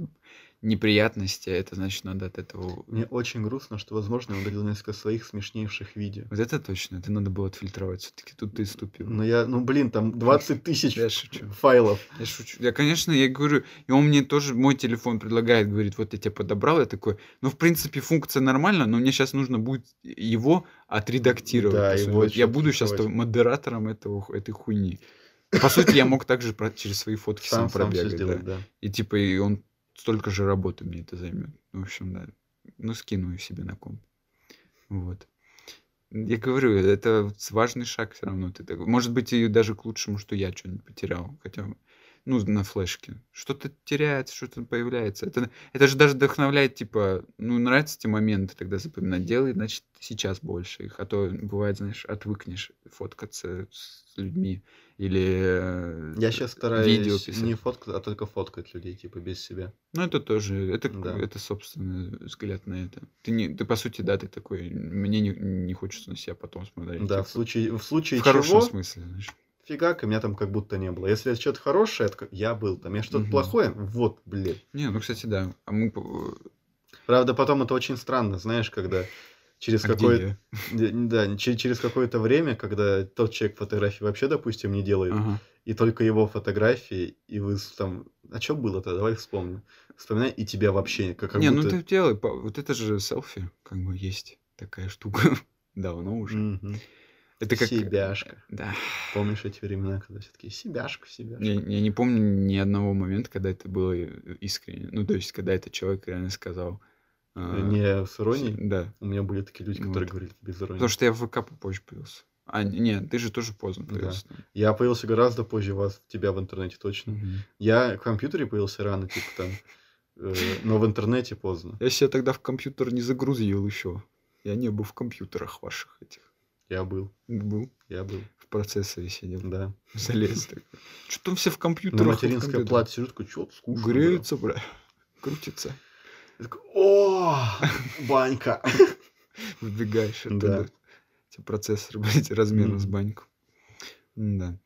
Speaker 3: неприятности, это значит надо от этого...
Speaker 4: Мне очень грустно, что, возможно, я удалил несколько своих смешнейших видео.
Speaker 3: Вот это точно, это надо было отфильтровать. Все-таки тут ты ступил.
Speaker 4: Но я, ну блин, там 20 тысяч
Speaker 3: Я шучу.
Speaker 4: файлов.
Speaker 3: Я шучу. Я, конечно, я говорю, и он мне тоже мой телефон предлагает, говорит, вот я тебя подобрал, я такой, ну, в принципе, функция нормальная, но мне сейчас нужно будет его отредактировать.
Speaker 4: Да,
Speaker 3: по сути.
Speaker 4: его
Speaker 3: Вот я буду сейчас
Speaker 4: отредактировать.
Speaker 3: модератором этого, ху- этой хуйни. По сути, я мог также про- через свои фотки сам,
Speaker 4: Сам, сам все
Speaker 3: пробегать. да.
Speaker 4: сделать, да.
Speaker 3: И типа, и он столько же работы мне это займет. В общем, да. Ну, скину их себе на комп. Вот. Я говорю, это вот важный шаг все равно. Ты так- Может быть, и даже к лучшему, что я что-нибудь потерял. Хотя, бы, ну, на флешке. Что-то теряется, что-то появляется. Это, это же даже вдохновляет, типа, ну, нравятся эти моменты, тогда запоминать. Делай, значит, сейчас больше их. А то, бывает, знаешь, отвыкнешь фоткаться с людьми или... э,
Speaker 4: Я сейчас
Speaker 3: видео
Speaker 4: стараюсь
Speaker 3: писать.
Speaker 4: не фоткать, а только фоткать людей, типа, без себя.
Speaker 3: Ну, это тоже, это, к-
Speaker 4: Да.
Speaker 3: это собственный взгляд на это. Ты, не, ты, по сути, да, ты такой, мне не, не хочется на себя потом смотреть.
Speaker 4: Да,
Speaker 3: Типа,
Speaker 4: в случае, в
Speaker 3: в
Speaker 4: случае
Speaker 3: хорошем
Speaker 4: чего,
Speaker 3: смысле, знаешь.
Speaker 4: фигак, и меня там как будто не было. Если это что-то хорошее, я такой, я был там. Я что-то
Speaker 3: Мгм.
Speaker 4: плохое, вот, блин.
Speaker 3: Не, ну, кстати, да. А мы... по-
Speaker 4: Правда, потом это очень странно, знаешь, когда через
Speaker 3: а где
Speaker 4: какое-то
Speaker 3: я?
Speaker 4: да, че- через какое-то время, когда тот человек фотографии вообще, допустим, не делает,
Speaker 3: Ага.
Speaker 4: и только его фотографии, и вы с- там, а что было-то, давай вспомним. Вспоминай, и тебя вообще, как, как
Speaker 3: не,
Speaker 4: будто...
Speaker 3: ну ты делай, па- вот это же селфи, как бы есть такая штука. [laughs] Давно уже.
Speaker 4: Мгм.
Speaker 3: Это как...
Speaker 4: Себяшка.
Speaker 3: Да.
Speaker 4: Помнишь эти времена, когда все таки себяшка, себяшка.
Speaker 3: Я, я не помню ни одного момента, когда это было э, искренне. Ну, то есть, когда этот человек реально сказал... а,
Speaker 4: Не с иронией.
Speaker 3: Да.
Speaker 4: У меня были такие люди,
Speaker 3: Ну
Speaker 4: которые
Speaker 3: вот.
Speaker 4: говорили без иронии.
Speaker 3: Потому что я в ВК попозже появился. А, нет, ты же тоже поздно
Speaker 4: Да.
Speaker 3: появился. Ну, там.
Speaker 4: Я появился гораздо позже вас, тебя в интернете точно. Я в компьютере появился рано, типа там. э, Но в интернете поздно.
Speaker 3: Я себя тогда в компьютер не загрузил еще. Я не был в компьютерах ваших этих.
Speaker 4: Я был.
Speaker 3: Был
Speaker 4: Я был,
Speaker 3: в процессоре сидел. [laughs]
Speaker 4: да.
Speaker 3: Залез так. Что там все в
Speaker 4: На
Speaker 3: компьютерах? вот в
Speaker 4: материнской
Speaker 3: компьютерах?
Speaker 4: плате сижу, такой, чё скучно. бля».
Speaker 3: Греются, бля. [laughs] Крутится.
Speaker 4: Я такой, О, [laughs] банька.
Speaker 3: А Выбегаешь
Speaker 4: Да.
Speaker 3: [laughs] оттуда. Тебе процессор, блядь, размером с
Speaker 4: Мгм.
Speaker 3: баньку. Да.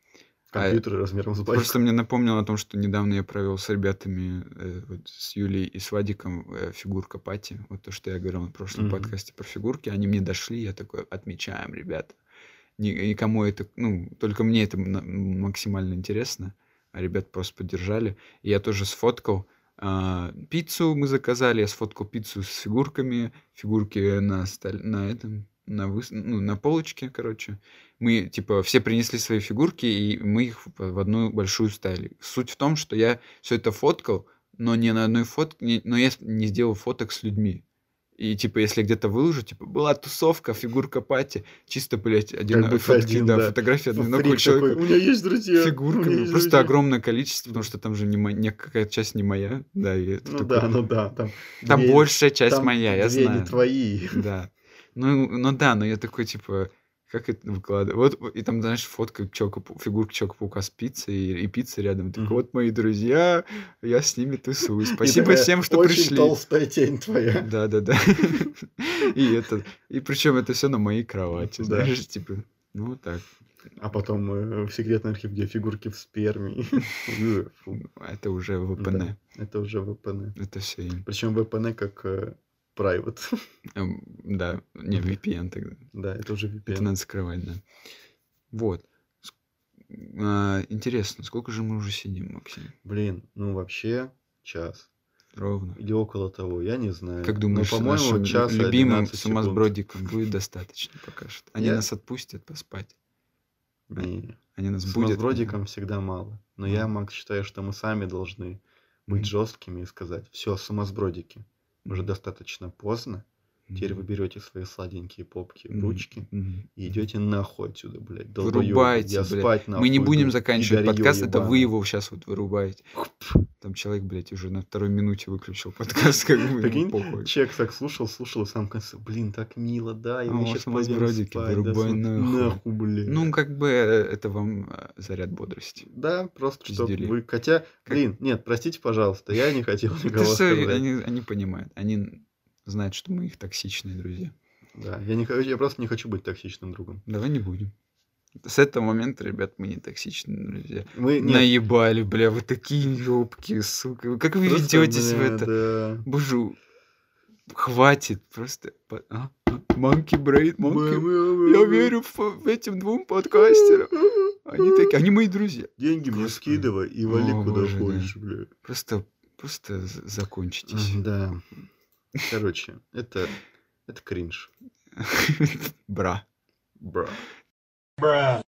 Speaker 4: Компьютеры размером с
Speaker 3: Просто
Speaker 4: батьку.
Speaker 3: мне напомнило о том, что недавно я провел с ребятами, э, вот с Юлей и с Вадиком, э, фигурка пати. Вот то, что я говорил на прошлом
Speaker 4: Мгм.
Speaker 3: подкасте про фигурки. Они мне дошли, я такой, отмечаем, ребята. Ни- Никому это, ну, только мне это на- максимально интересно. А ребят просто поддержали. И я тоже сфоткал. а, пиццу мы заказали, я сфоткал пиццу с фигурками, фигурки на, столь- на этом, на, выс- ну, на полочке, короче мы, типа, все принесли свои фигурки, и мы их в в одну большую ставили. Суть в том, что я все это фоткал, но не на одной фотке, не- но я с- не сделал фоток с людьми. И, типа, если я где-то выложу, типа, была тусовка, фигурка пати, чисто, блядь, один,
Speaker 4: Как будто
Speaker 3: фотки,
Speaker 4: один,
Speaker 3: да,
Speaker 4: да.
Speaker 3: фотографии одного
Speaker 4: Ну, Фрик такой,
Speaker 3: человека
Speaker 4: У меня есть друзья. у меня
Speaker 3: фигурками.
Speaker 4: есть
Speaker 3: Просто
Speaker 4: друзья».
Speaker 3: огромное количество, потому что там же не моя, какая-то часть не моя, да, и это
Speaker 4: Ну
Speaker 3: такой-
Speaker 4: да, ну да. Там,
Speaker 3: там
Speaker 4: две-
Speaker 3: большая часть
Speaker 4: там
Speaker 3: моя, я
Speaker 4: две
Speaker 3: знаю.
Speaker 4: не твои.
Speaker 3: Да. Ну, ну да, но я такой, типа, как это выкладываю? Вот, и там, знаешь, фотка человека, фигурка Человека-паука с пиццей, и, и пицца рядом. Такой,
Speaker 4: Мгм.
Speaker 3: вот мои друзья, я с ними тусуюсь.
Speaker 4: И
Speaker 3: Спасибо
Speaker 4: такая,
Speaker 3: всем, что
Speaker 4: Очень
Speaker 3: пришли.
Speaker 4: толстая тень твоя.
Speaker 3: Да, да, да. [laughs] И это, и причем это все на моей кровати,
Speaker 4: Да.
Speaker 3: знаешь, типа, ну вот так.
Speaker 4: А потом э, в секретный архив, где фигурки
Speaker 3: [laughs]
Speaker 4: в сперме. Э, фу.
Speaker 3: Это уже ВПН.
Speaker 4: Да, Это уже ВПН.
Speaker 3: Это все.
Speaker 4: Причем ВПН как э, private. [laughs]
Speaker 3: эм, Да, не VPN тогда.
Speaker 4: Да, это уже
Speaker 3: Это
Speaker 4: VPN.
Speaker 3: надо скрывать, да. Вот. С- а, Интересно, сколько же мы уже сидим, Максим?
Speaker 4: Блин, ну вообще час.
Speaker 3: Ровно.
Speaker 4: Или около того, я не знаю.
Speaker 3: Как думаешь,
Speaker 4: Но,
Speaker 3: нашим
Speaker 4: ну, по-моему,
Speaker 3: лю-
Speaker 4: час
Speaker 3: любимым сумасбродикам будет достаточно пока что? Они
Speaker 4: Я-
Speaker 3: нас отпустят поспать.
Speaker 4: Не,
Speaker 3: Они нас будут.
Speaker 4: сумасбродикам всегда мало. Но я,
Speaker 3: Мгм.
Speaker 4: Макс, считаю, что мы сами должны быть жесткими и сказать, все, сумасбродики, уже достаточно поздно. Теперь вы берете свои сладенькие попки, и ручки и идете нахуй отсюда, блядь. долбоёбы,
Speaker 3: Вырубайте,
Speaker 4: я
Speaker 3: блядь.
Speaker 4: спать нахуй
Speaker 3: Мы не будем
Speaker 4: иду,
Speaker 3: заканчивать
Speaker 4: пидорьё
Speaker 3: подкаст, это вы
Speaker 4: ебаное.
Speaker 3: его сейчас вот вырубаете. Там человек, блядь, уже на второй минуте выключил подкаст, как бы ему
Speaker 4: Прикинь,
Speaker 3: похуй.
Speaker 4: Чек так слушал, слушал, и сам в конце, блин, так мило, да, и
Speaker 3: А
Speaker 4: мы
Speaker 3: у
Speaker 4: сейчас
Speaker 3: вас мазбродики,
Speaker 4: пойдем спать. да,
Speaker 3: вырубай
Speaker 4: см-
Speaker 3: нахуй».
Speaker 4: нахуй, блядь.
Speaker 3: Ну, как бы э, это вам э, заряд бодрости.
Speaker 4: Да, просто чтобы
Speaker 3: Пиздели.
Speaker 4: вы... Хотя,
Speaker 3: Как-
Speaker 4: блин, нет, простите, пожалуйста, я
Speaker 3: [laughs]
Speaker 4: не хотел
Speaker 3: Это
Speaker 4: никого
Speaker 3: всё,
Speaker 4: сказать.
Speaker 3: они, они понимают, они знают, что мы их токсичные друзья.
Speaker 4: Да, я, не, хочу- я просто не хочу быть токсичным другом.
Speaker 3: Давай не будем. С этого момента, ребят, мы не токсичные друзья.
Speaker 4: Мы, нет,
Speaker 3: Наебали, бля, вы такие ёбки, сука. Вы Как вы
Speaker 4: просто,
Speaker 3: ведетесь в
Speaker 4: бля,
Speaker 3: это?
Speaker 4: да.
Speaker 3: Боже, хватит просто. по- а? Monkey Brain, Monkey- Я верю в, в этим двум подкастерам. Они такие, они мои друзья.
Speaker 4: Деньги мне
Speaker 3: Господи.
Speaker 4: скидывай и вали
Speaker 3: О,
Speaker 4: куда
Speaker 3: боже, да.
Speaker 4: хочешь, бля.
Speaker 3: Просто, просто з- закончитесь.
Speaker 4: Да. Короче, это, это кринж.
Speaker 3: [laughs] Бра.
Speaker 4: Бра.
Speaker 2: Bruh.